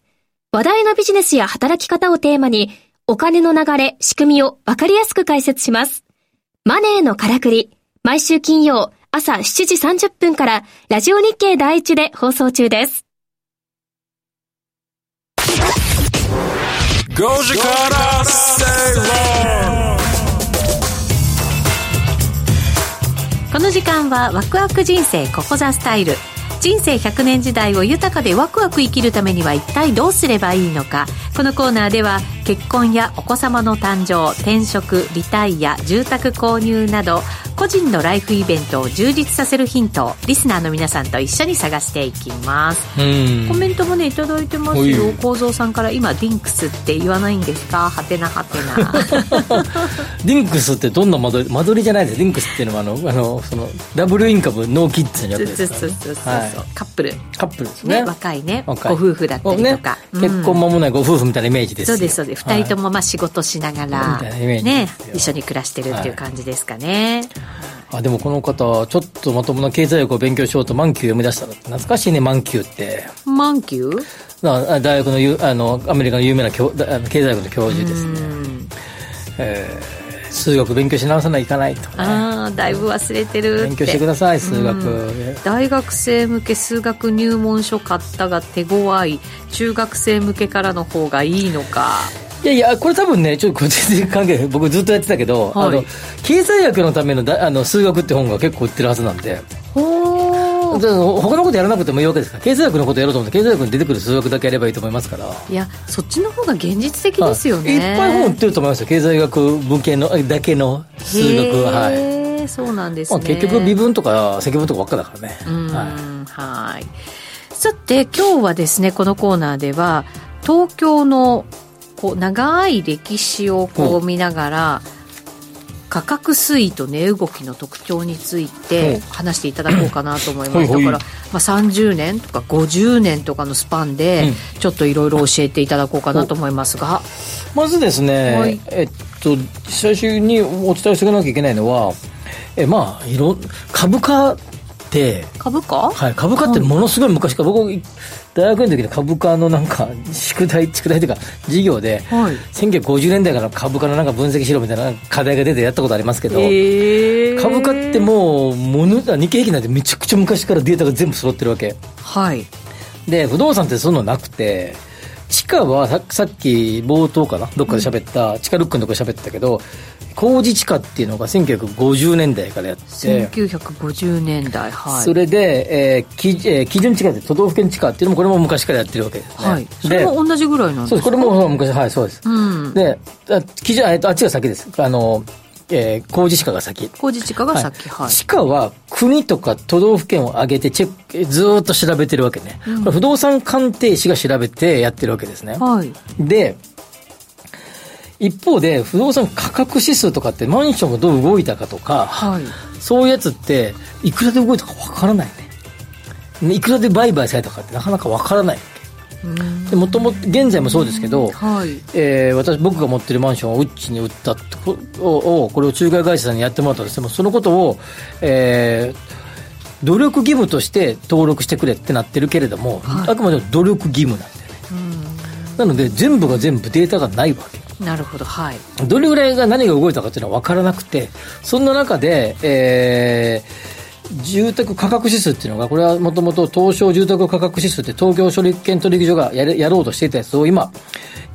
[SPEAKER 4] 話題のビジネスや働き方をテーマにお金の流れ、仕組みをわかりやすく解説します。マネーのからくり。毎週金曜朝7時30分からラジオ日経第一で放送中です。
[SPEAKER 1] 5時から正論
[SPEAKER 3] この時間はワクワク人生ここザスタイル人生100年時代を豊かでワクワク生きるためには一体どうすればいいのかこのコーナーでは結婚やお子様の誕生転職リタイア住宅購入など個人のライフイベントを充実させるヒントをリスナーの皆さんと一緒に探していきます
[SPEAKER 2] うん
[SPEAKER 3] コメントもねいただいてます
[SPEAKER 2] おい
[SPEAKER 3] よ構造さんから今ディンクスって言わないんですかはてなはて な
[SPEAKER 2] リンクスってどんな間取り間取りじゃないですリンクスっていうのはあのあのそのダブルインカムノーキッズのやつ
[SPEAKER 3] そ
[SPEAKER 2] で
[SPEAKER 3] うそう
[SPEAKER 2] すか
[SPEAKER 3] そ
[SPEAKER 2] ら
[SPEAKER 3] う
[SPEAKER 2] ね
[SPEAKER 3] そうそう
[SPEAKER 2] はい
[SPEAKER 3] カップル
[SPEAKER 2] カップルです
[SPEAKER 3] ね
[SPEAKER 2] ね
[SPEAKER 3] 若いね
[SPEAKER 2] 若い
[SPEAKER 3] ご夫婦だったりとか、
[SPEAKER 2] ね結
[SPEAKER 3] うん
[SPEAKER 2] 婚間もないご夫婦みたいなイメージです
[SPEAKER 3] そ
[SPEAKER 2] よ
[SPEAKER 3] うですそうです、二2人ともまあ仕事しなが
[SPEAKER 2] み
[SPEAKER 3] ら、
[SPEAKER 2] たいなイメージ
[SPEAKER 3] ね
[SPEAKER 2] ですよ
[SPEAKER 3] 一緒に暮らしてるっていう感じですかね、
[SPEAKER 2] あでもこの方ちょっとまともな経済学を勉強しようと満休読み出したの懐かしいね満休って
[SPEAKER 3] 満休
[SPEAKER 2] な大学のゆあのアメリカの有名な教あの経済学の教授ですね、えー数学勉強し直さないといかないとかね
[SPEAKER 3] ああだいぶ忘れてるって
[SPEAKER 2] 勉強してください数学、
[SPEAKER 3] うん大学生向け数学入門書買ったが手強い中学生向けからの方がいいのか
[SPEAKER 2] いやいやこれ多分ねちょっと個人的関係ない 僕ずっとやってたけど、
[SPEAKER 3] はい
[SPEAKER 2] あの経済学のためのだあの数学って本が結構売ってるはずなんで
[SPEAKER 3] ほ
[SPEAKER 2] で他のことやらなくてもいいわけですから経済学のことやろうと思って経済学に出てくる数学だけやればいいと思いますから
[SPEAKER 3] いやそっちの方が現実的ですよね、
[SPEAKER 2] はいいっぱい本売ってると思いますよ経済学文系のだけの数学ははい
[SPEAKER 3] へーそうなんです
[SPEAKER 2] ま
[SPEAKER 3] ね、
[SPEAKER 2] あ、結局微分とか積分とかばっかだからね、
[SPEAKER 3] うん
[SPEAKER 2] は
[SPEAKER 3] はい。さて、今日はですね、このコーナーでは、東京のこう長い歴史を
[SPEAKER 2] う
[SPEAKER 3] こう見ながら、価格推移と値動きの特徴につい
[SPEAKER 2] うん
[SPEAKER 3] て話していただこうかなと思いま
[SPEAKER 2] はい
[SPEAKER 3] す。だ
[SPEAKER 2] は
[SPEAKER 3] か
[SPEAKER 2] い
[SPEAKER 3] ら、まあ、30年とか50年とかのスパンで、ちょっといろいろ教えていただこうかなと思いますが、
[SPEAKER 2] い、まずですね、
[SPEAKER 3] はい
[SPEAKER 2] えっと最初にお伝えしておかなきゃいけないのはえまあいろ株価って
[SPEAKER 3] 株価
[SPEAKER 2] はい、株価ってものすごい昔から、僕、大学の時の株価のなんか、宿題、宿題というか、授業で、
[SPEAKER 3] はい
[SPEAKER 2] 1950年代から株価のなんか分析しろみたいな課題が出てやったことありますけど、
[SPEAKER 3] えー
[SPEAKER 2] 株価ってもう、もの、あ日経平均なんてめちゃくちゃ昔からデータが全部揃ってるわけ。
[SPEAKER 3] はい。
[SPEAKER 2] で、不動産ってそんなのなくて、地価はささっき冒頭かな、どっかで喋った、地下ルックのとこで喋ってたけど、工事地価っていうのが1950年代からやって、
[SPEAKER 3] 1950年代、はい。
[SPEAKER 2] それで、えーきえー基準地価で都道府県地価っていうのもこれも昔からやってるわけですね。
[SPEAKER 3] はい。そ
[SPEAKER 2] で
[SPEAKER 3] れも同じぐらいなんです
[SPEAKER 2] そうですこれも昔はいそうです。
[SPEAKER 3] うん
[SPEAKER 2] であ基準あえっとあっちが先です。あの、えー工事地価が先。
[SPEAKER 3] 工事地価がさっき、はい。
[SPEAKER 2] 地価は国とか都道府県を挙げてチェックえーずーっと調べてるわけね、これ不動産鑑定士が調べてやってるわけですね、
[SPEAKER 3] はい。
[SPEAKER 2] で一方で不動産価格指数とかってマンションがどう動いたかとか、
[SPEAKER 3] はい。
[SPEAKER 2] そういうやつって、いくらで動いたかわからないねね。いくらで売買されたかってなかなかわからないわけ。でもともと、現在もそうですけど、
[SPEAKER 3] はい。
[SPEAKER 2] えー私、僕が持ってるマンションをうっちに売ったとこを、をこれを仲介会社さんにやってもらったとしても、そのことを、えー努力義務として登録してくれってなってるけれども、あくまでも努力義務なんだよね。なので、全部が全部データがないわけ。
[SPEAKER 3] なるほど、はい。
[SPEAKER 2] どれぐらいが何が動いたかっていうのは分からなくて、そんな中で、えー住宅価格指数っていうのが、これはもともと東証住宅価格指数って東京処理券取引所がやれやろうとしていたやつを今、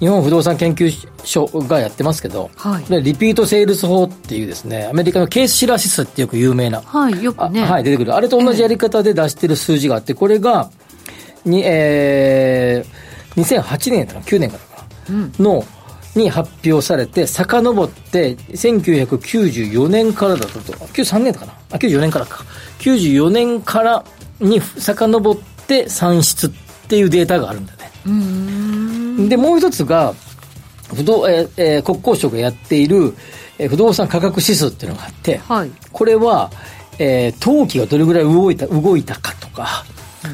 [SPEAKER 2] 日本不動産研究所がやってますけど、
[SPEAKER 3] はい
[SPEAKER 2] これリピートセールス法っていうですね、アメリカのケースシラー指数ってよく有名な、
[SPEAKER 3] はい、よくね。
[SPEAKER 2] あはい、出てくる。あれと同じやり方で出してる数字があって、これが、に、えー、2008年とか9年かとかの、に発表されて、遡って、1994年からだったと、93年かなあ、94年からか。94年からに遡って算出っていうデータがあるんだよね。で、もう一つが、不動、えーえー国交省がやっている、えー不動産価格指数っていうのがあって、
[SPEAKER 3] はい。
[SPEAKER 2] これは、えー陶器がどれぐらい動いた動いたかとか、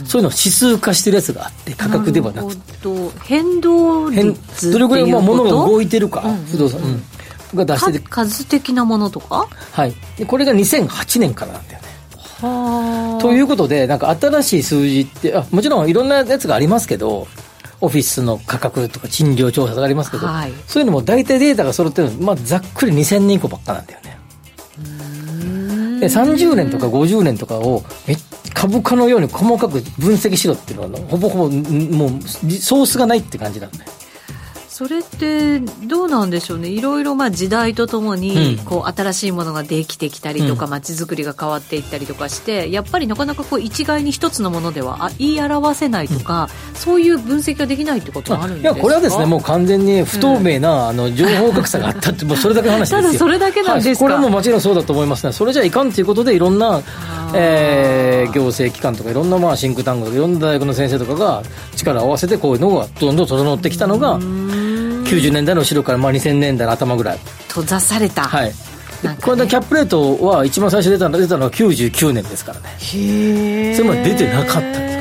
[SPEAKER 2] そういうのを指数化してるやつがあって価格ではなくて
[SPEAKER 3] なるほど変動
[SPEAKER 2] 変
[SPEAKER 3] 率
[SPEAKER 2] どれぐらいまあ物が動
[SPEAKER 3] い
[SPEAKER 2] いてるか、不動産、うんが出して
[SPEAKER 3] て
[SPEAKER 2] て、
[SPEAKER 3] 数的なものとか
[SPEAKER 2] はい、でこれが2008年からなんだよね。
[SPEAKER 3] は
[SPEAKER 2] ということでなんか新しい数字ってあもちろんいろんなやつがありますけどオフィスの価格とか賃料調査とかありますけど、
[SPEAKER 3] はい
[SPEAKER 2] そういうのも大体データが揃ってるのまあ、ざっくり2000年以降ばっかなんだよね。で30年とか50年とかをめ株価のように細かく分析しろっていうのはほぼほぼんもうソースがないって感じなんだよ
[SPEAKER 3] それってどうなんでしょうねいろいろまあ時代とともに
[SPEAKER 2] うん
[SPEAKER 3] こう新しいものができてきたりとか
[SPEAKER 2] うん
[SPEAKER 3] 街づくりが変わっていったりとかしてやっぱりなかなかこう一概に一つのものではあ言い表せないとかそういう分析ができないってこともあるん
[SPEAKER 2] い
[SPEAKER 3] です
[SPEAKER 2] や
[SPEAKER 3] か
[SPEAKER 2] これはですねもう完全に不透明な、あの情報格差があったってもうそれだけの話ですよ
[SPEAKER 3] ただそれだけなんですか
[SPEAKER 2] はいこれはもう間違いなくそうだと思いますねそれじゃいかんということでいろんな
[SPEAKER 3] ー、
[SPEAKER 2] えー行政機関とかいろんなまあシンクタンクとかいろんな大学の先生とかが力を合わせてこういうのがどんどん整ってきたのが90年代の後ろからまあ2000年代の頭ぐらい
[SPEAKER 3] 閉ざされた、
[SPEAKER 2] はい、で
[SPEAKER 3] なんかね
[SPEAKER 2] この間キャッププレートは一番最初出たの出たのは99年ですからね
[SPEAKER 3] へー
[SPEAKER 2] それまで出てなかったんです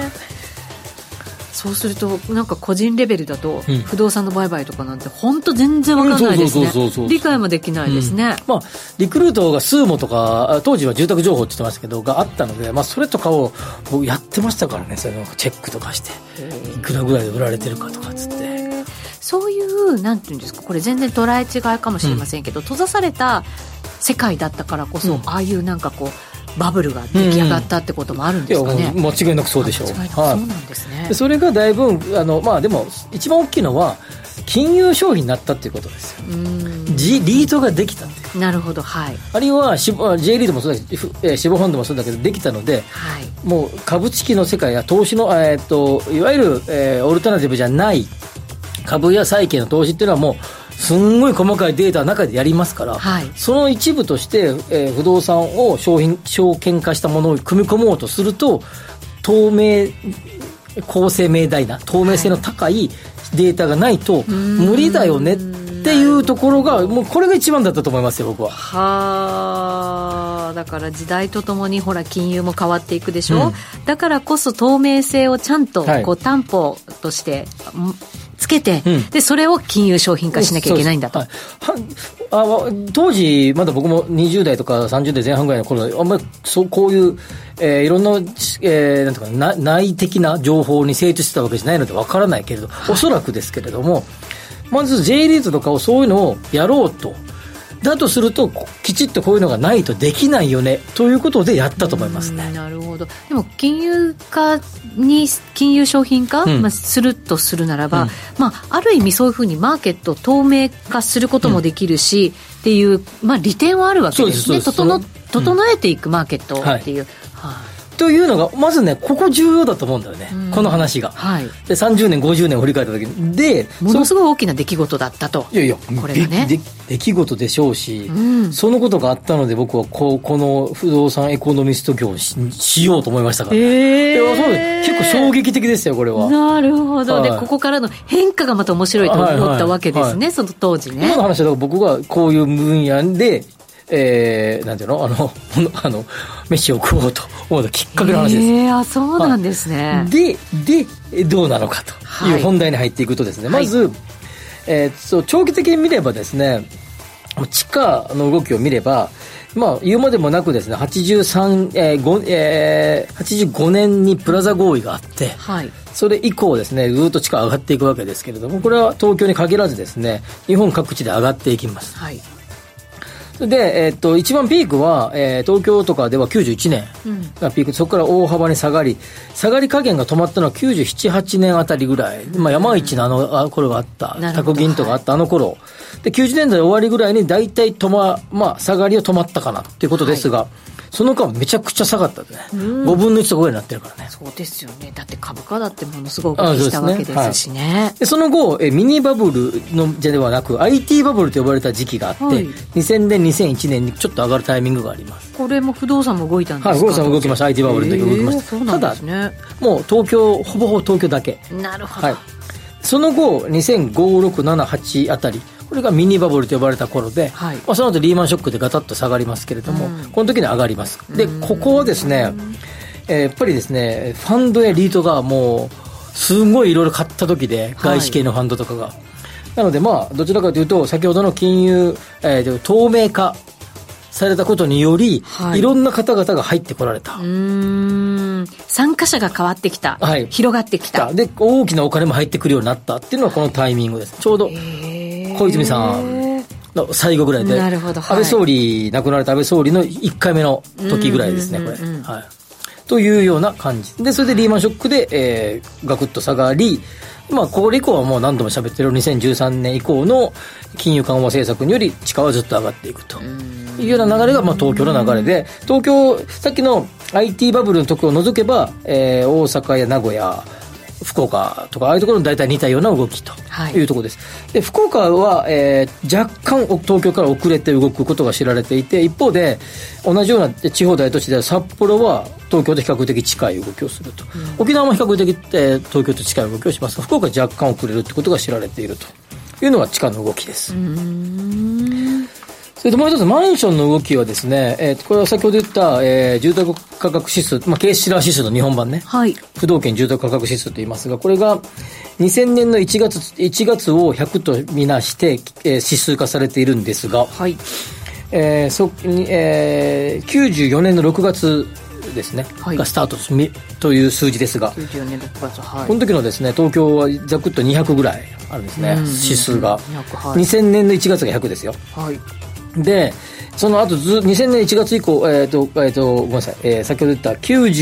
[SPEAKER 3] そうするとなんか個人レベルだと
[SPEAKER 2] うん
[SPEAKER 3] 不動産の売買とかなんて本当全然わかんないです
[SPEAKER 2] う
[SPEAKER 3] ね
[SPEAKER 2] んそうそうそうそうそう
[SPEAKER 3] 理解もできないですね、
[SPEAKER 2] まあ、リクルートがスーモとかあ当時は住宅情報って言ってましたけどがあったので、まあ、それとかを僕やってましたからねそれのチェックとかしていくらぐらいで売られてるかとかっつって
[SPEAKER 3] そういうなんていうんですかこれ全然捉え違いかもしれませんけど、閉ざされた世界だったからこそ、
[SPEAKER 2] うん
[SPEAKER 3] ああいうなんかこうバブルが出来上がったってこともあるん
[SPEAKER 2] い
[SPEAKER 3] で
[SPEAKER 2] や
[SPEAKER 3] す
[SPEAKER 2] もう
[SPEAKER 3] かね、
[SPEAKER 2] 間違いなくそうでしょう
[SPEAKER 3] 間違いなく
[SPEAKER 2] は
[SPEAKER 3] そう
[SPEAKER 2] い
[SPEAKER 3] なんですね
[SPEAKER 2] でそれがだいぶあの、まあ、でも一番大きいのは金融商品になったっていうことですよ、
[SPEAKER 3] うー
[SPEAKER 2] ジリートができたっていうん
[SPEAKER 3] なるほどはい
[SPEAKER 2] あるいはしぼ J リーグもそうだし、ふえー、シボフォンドもそうだけどできたので
[SPEAKER 3] はい
[SPEAKER 2] もう株式の世界や投資の、えーっといわゆる、えーオルタナティブじゃない株や債券の投資っていうのはもうすんごい細かいデータの中でやりますから、
[SPEAKER 3] はい
[SPEAKER 2] その一部として、えー不動産を商品証券化したものを組み込もうとすると透明公正明大な透明性の高いデータがないと無理だよねっていうところがもうこれが一番だったと思いますよ僕は。
[SPEAKER 3] はあだから時代とともにほら金融も変わっていくでしょ、
[SPEAKER 2] うん
[SPEAKER 3] だからこそ透明性をちゃんと
[SPEAKER 2] はい
[SPEAKER 3] こう担保としてんつけて、
[SPEAKER 2] うん
[SPEAKER 3] でそれを金融商品化しなきゃいけないんだと、
[SPEAKER 2] そうですはいはあわ当時、まだ僕も20代とか30代前半ぐらいの頃あんまりそうこういう、えーいろんな,、えーなんていうかな内的な情報に精通してたわけじゃないのでわからないけれど、おそらくですけれども、まず J リーグとかをそういうのをやろうと。だとすると、こきちっとこういうのがないとできないよね、ということでやったと思いますね。
[SPEAKER 3] うんなるほどでも金融化に金融商品化、
[SPEAKER 2] うん
[SPEAKER 3] まあ、するとするならば、
[SPEAKER 2] うん
[SPEAKER 3] まあ、ある意味そういうふうにマーケットを透明化することもできるし、っていう、まあ、利点はあるわけです
[SPEAKER 2] そう
[SPEAKER 3] ね
[SPEAKER 2] ですそう
[SPEAKER 3] 整
[SPEAKER 2] です
[SPEAKER 3] 整えていくマーケットっていう、
[SPEAKER 2] というのが、まずね、ここ重要だと思うんだよね、
[SPEAKER 3] うん
[SPEAKER 2] この話が。
[SPEAKER 3] はい、はい
[SPEAKER 2] で、30年、50年を振り返った時に。で、
[SPEAKER 3] もの
[SPEAKER 2] そ
[SPEAKER 3] すごい大きな出来事だったと
[SPEAKER 2] いやいや、
[SPEAKER 3] これがね
[SPEAKER 2] でで出来事でしょうし、
[SPEAKER 3] ん
[SPEAKER 2] そのことがあったので僕はこうこの不動産エコノミスト業をししようと思いましたから。い
[SPEAKER 3] え
[SPEAKER 2] やそうです結構衝撃的ですよ、これは。
[SPEAKER 3] なるほど、で
[SPEAKER 2] はい
[SPEAKER 3] ここからの変化がまた面白いと思
[SPEAKER 2] はいは
[SPEAKER 3] っ
[SPEAKER 2] い
[SPEAKER 3] たわけですね、その当時ね
[SPEAKER 2] 今の話はだから僕がこういう分野で、えー、なんていうのあの、ものあの、飯を食おうと思ったきっかけの話です。
[SPEAKER 3] えーあそうなんですね、
[SPEAKER 2] で、で、えどうなのかと
[SPEAKER 3] はいいう
[SPEAKER 2] 本題に入っていくとですね、
[SPEAKER 3] はい
[SPEAKER 2] まず、えーそう長期的に見ればですね、地価の動きを見れば、まあ、言うまでもなくですね、83、えーごえー85年にプラザ合意があって、
[SPEAKER 3] はい
[SPEAKER 2] それ以降ですね、ずっと地価上がっていくわけですけれども、これは東京に限らずですね、日本各地で上がっていきます。
[SPEAKER 3] はい
[SPEAKER 2] それで、えーっと、一番ピークは、えー東京とかでは91年がピーク、そこから大幅に下がり、下がり加減が止まったのは97、8年あたりぐらい、まあ、山一のあの、あ頃があった
[SPEAKER 3] な、るほど
[SPEAKER 2] 宅銀とかあったあの頃、で、90年代終わりぐらいに大体止ま、まあ、下がりは止まったかなっていうことですが、その間めちゃくちゃ下がったんでね、5分の1とかぐらいになってるからね。
[SPEAKER 3] そうですよねだって株価だってものすごい大きくしたわけですしね
[SPEAKER 2] でその後、えーミニバブルのじゃではなく IT バブルと呼ばれた時期があって、
[SPEAKER 3] はい
[SPEAKER 2] 2000年2001年にちょっと上がるタイミングがあります
[SPEAKER 3] これも不動産も動いたんですか
[SPEAKER 2] はい不動産も動きました IT バブルの時も動きました
[SPEAKER 3] えーそうなんですね
[SPEAKER 2] もう東京ほぼほぼ東京だけ
[SPEAKER 3] なるほど、
[SPEAKER 2] はい、その後20567あたりこれがミニバブルと呼ばれた頃で、
[SPEAKER 3] はい
[SPEAKER 2] まあ、その後リーマンショックでガタッと下がりますけれども、この時に上がりますでここはですね、えーやっぱりですねファンドやリートがもうすごいいろいろ買った時で
[SPEAKER 3] はい
[SPEAKER 2] 外資系のファンドとかが、なのでまあどちらかというと先ほどの金融、えー透明化されたことにより、
[SPEAKER 3] はい
[SPEAKER 2] い、ろんな方々が入ってこられた、
[SPEAKER 3] うーん参加者が変わってきた、
[SPEAKER 2] はい
[SPEAKER 3] 広がってきた
[SPEAKER 2] で大きなお金も入ってくるようになったっていうのはこのタイミングですちょうど小泉さんの最後ぐらいで
[SPEAKER 3] なるほどはい
[SPEAKER 2] 安倍総理亡くなられた安倍総理の1回目の時ぐらいですね
[SPEAKER 3] うん
[SPEAKER 2] こ
[SPEAKER 3] うんう
[SPEAKER 2] れ、
[SPEAKER 3] んうん
[SPEAKER 2] はい、というような感じでそれでリーマンショックで、えーガクッと下がりまあ、これ以降はもう何度も喋ってる2013年以降の金融緩和政策により地価はずっと上がっていくというような流れが、まあ、東京の流れで、東京、さっきの IT バブルのところを除けば、えー大阪や名古屋、福岡とか、ああいうところに大体似たような動きと
[SPEAKER 3] はい
[SPEAKER 2] いうところです。で、福岡は、えー若干お東京から遅れて動くことが知られていて、一方で、同じような地方大都市である札幌は東京と比較的近い動きをすると。沖縄も比較的、えー東京と近い動きをしますが、福岡は若干遅れるってことが知られているというのが地下の動きです。それともう一つ、マンションの動きはですね、えーこれは先ほど言った、えー住宅価格指数、まあ、ケーシラー指数の日本版ね。
[SPEAKER 3] はい
[SPEAKER 2] 不動圏住宅価格指数と言いますが、これが2000年の1月、1月を100とみなして、えー指数化されているんですが、
[SPEAKER 3] はい
[SPEAKER 2] えーそにえー94年の6月ですね、
[SPEAKER 3] はい
[SPEAKER 2] がスタートすみという数字ですが、
[SPEAKER 3] 94年6月は
[SPEAKER 2] この時のですね、東京はざくっと200ぐらいあるんですね、指数が。
[SPEAKER 3] 200はい
[SPEAKER 2] 2000年の1月が100ですよ。
[SPEAKER 3] はい
[SPEAKER 2] で、その後ず、2000年1月以降、えっ、と、えっ、と、ごめんなさい、えー先ほど言った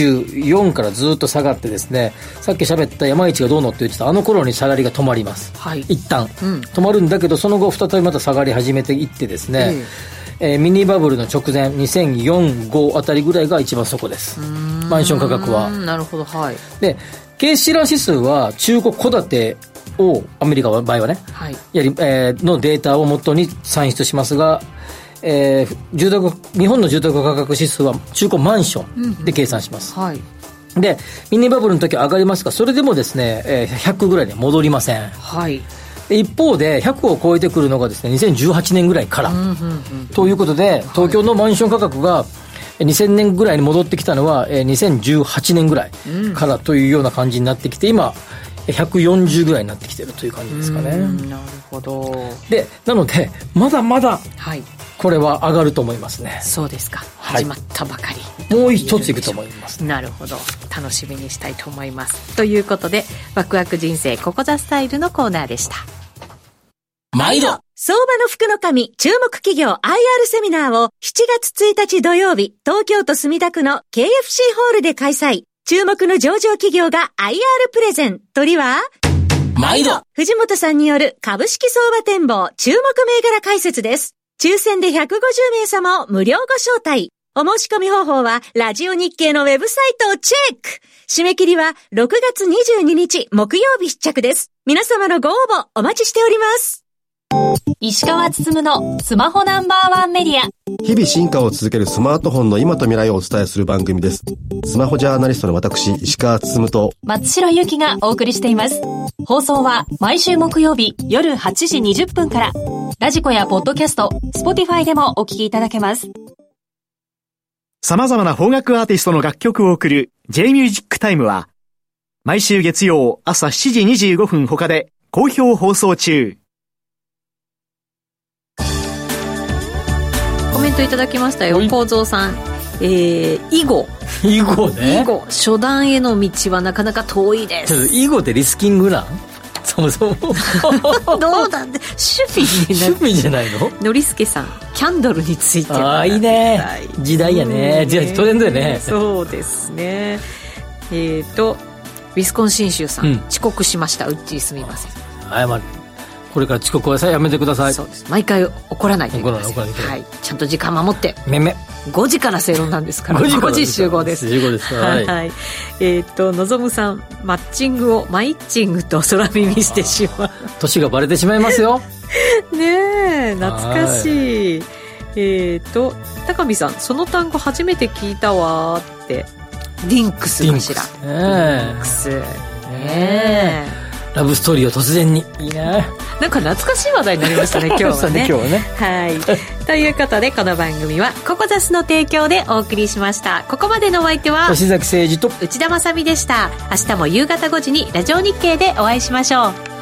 [SPEAKER 2] 94からずっと下がってですね、さっき喋った山市がどうのって言ってたあの頃に下がりが止まります。
[SPEAKER 3] はい
[SPEAKER 2] 一旦、
[SPEAKER 3] うん
[SPEAKER 2] 止まるんだけど、その後再びまた下がり始めていってですね、えーミニバブルの直前、2004、5あたりぐらいが一番そこです。マンション価格は
[SPEAKER 3] う。んなるほどはい
[SPEAKER 2] で、ケーシラー指数は中古戸建てを、アメリカの場合はね、
[SPEAKER 3] はい
[SPEAKER 2] やり、えーのデータをもとに算出しますが、えー住宅、日本の住宅価格指数は中古マンションで計算します。
[SPEAKER 3] はい
[SPEAKER 2] で、ミニバブルの時は上がりますが、それでもですね、えー100ぐらいには戻りません。
[SPEAKER 3] はい
[SPEAKER 2] で一方で、100を超えてくるのがですね、2018年ぐらいから。ということで、東京のマンション価格が、えー2000年ぐらいに戻ってきたのは、えー2018年ぐらいからというような感じになってきて、今、えー140ぐらいになってきてるという感じですかね。
[SPEAKER 3] うんなるほど
[SPEAKER 2] で、なので、まだまだ
[SPEAKER 3] はい
[SPEAKER 2] これは上がると思いますね。
[SPEAKER 3] そうですか
[SPEAKER 2] はい
[SPEAKER 3] 始まったばかり、
[SPEAKER 2] もう一ついくと思います。
[SPEAKER 3] なるほど楽しみにしたいと思いますということでワクワク人生ここザスタイルのコーナーでした
[SPEAKER 2] 毎度
[SPEAKER 7] 相場の福の神、注目企業 IR セミナーを7月1日土曜日、東京都墨田区の KFC ホールで開催。注目の上場企業が IR プレゼン。鳥は
[SPEAKER 2] 毎度
[SPEAKER 7] 藤本さんによる株式相場展望、注目銘柄解説です。抽選で150名様を無料ご招待。お申し込み方法は、ラジオ日経のウェブサイトをチェック締め切りは6月22日木曜日必着です。皆様のご応募お待ちしております。
[SPEAKER 4] 石川つつむのスマホナンバーワンメディア
[SPEAKER 8] 日々進化を続けるスマートフォンの今と未来をお伝えする番組です。スマホジャーナリストの私、石川つつむと、
[SPEAKER 4] 松代ゆきがお送りしています放送は毎週木曜日夜8時20分からラジコやポッドキャスト Spotify でもお聞きいただけます
[SPEAKER 9] 様々な邦楽アーティストの楽曲を送る j ミュージックタイムは、毎週月曜朝7時25分他で好評放送中。
[SPEAKER 3] コメントいただきましたよ
[SPEAKER 2] はい
[SPEAKER 3] 幸三さんえー、以後
[SPEAKER 2] 以後
[SPEAKER 3] 以
[SPEAKER 2] ね。
[SPEAKER 3] 後初段への道はなかなか遠いで
[SPEAKER 2] ちょっ
[SPEAKER 3] す
[SPEAKER 2] と以後ってリスキングなんそもそも。
[SPEAKER 3] どうだって趣味にな る
[SPEAKER 2] 趣味じゃないの
[SPEAKER 3] のりすけさんキャンドルについて
[SPEAKER 2] ああ、いいね。時代やね。時代、トレンドやね。
[SPEAKER 3] そうですねえっ、とウィスコンシン州さん、
[SPEAKER 2] うん
[SPEAKER 3] 遅刻しましたうっちーすみません
[SPEAKER 2] 謝る。これから遅刻はさ、やめてください
[SPEAKER 3] そ。うです毎回怒らないでください
[SPEAKER 2] 怒らない怒らない
[SPEAKER 3] はい、ちゃんと時間守って
[SPEAKER 2] めめ。
[SPEAKER 3] 5時から正論なんですから
[SPEAKER 2] 5時から
[SPEAKER 3] 5時集合です
[SPEAKER 2] 集合です
[SPEAKER 3] は、
[SPEAKER 2] はいい
[SPEAKER 3] えっ、とのぞむさんマッチングをマイッチングと空耳してしま
[SPEAKER 2] 年がバレてしまいますよ。
[SPEAKER 3] う ねえ懐かしいえっ、と高見さんその単語初めて聞いたわーってリンクスかしら
[SPEAKER 2] リンクスねえ
[SPEAKER 3] リンクスね
[SPEAKER 2] ね
[SPEAKER 3] え
[SPEAKER 2] ラブストーリーを突然に。いいね。
[SPEAKER 3] なんか懐かしい話題になりま したね、今日はね。
[SPEAKER 2] 今日はね。
[SPEAKER 3] はい。ということで、この番組は、ココザスの提供でお送りしました。ここまでのお相手は、
[SPEAKER 2] 吉崎誠二と
[SPEAKER 3] 内田まさみでした。明日も夕方5時にラジオ日経でお会いしましょう。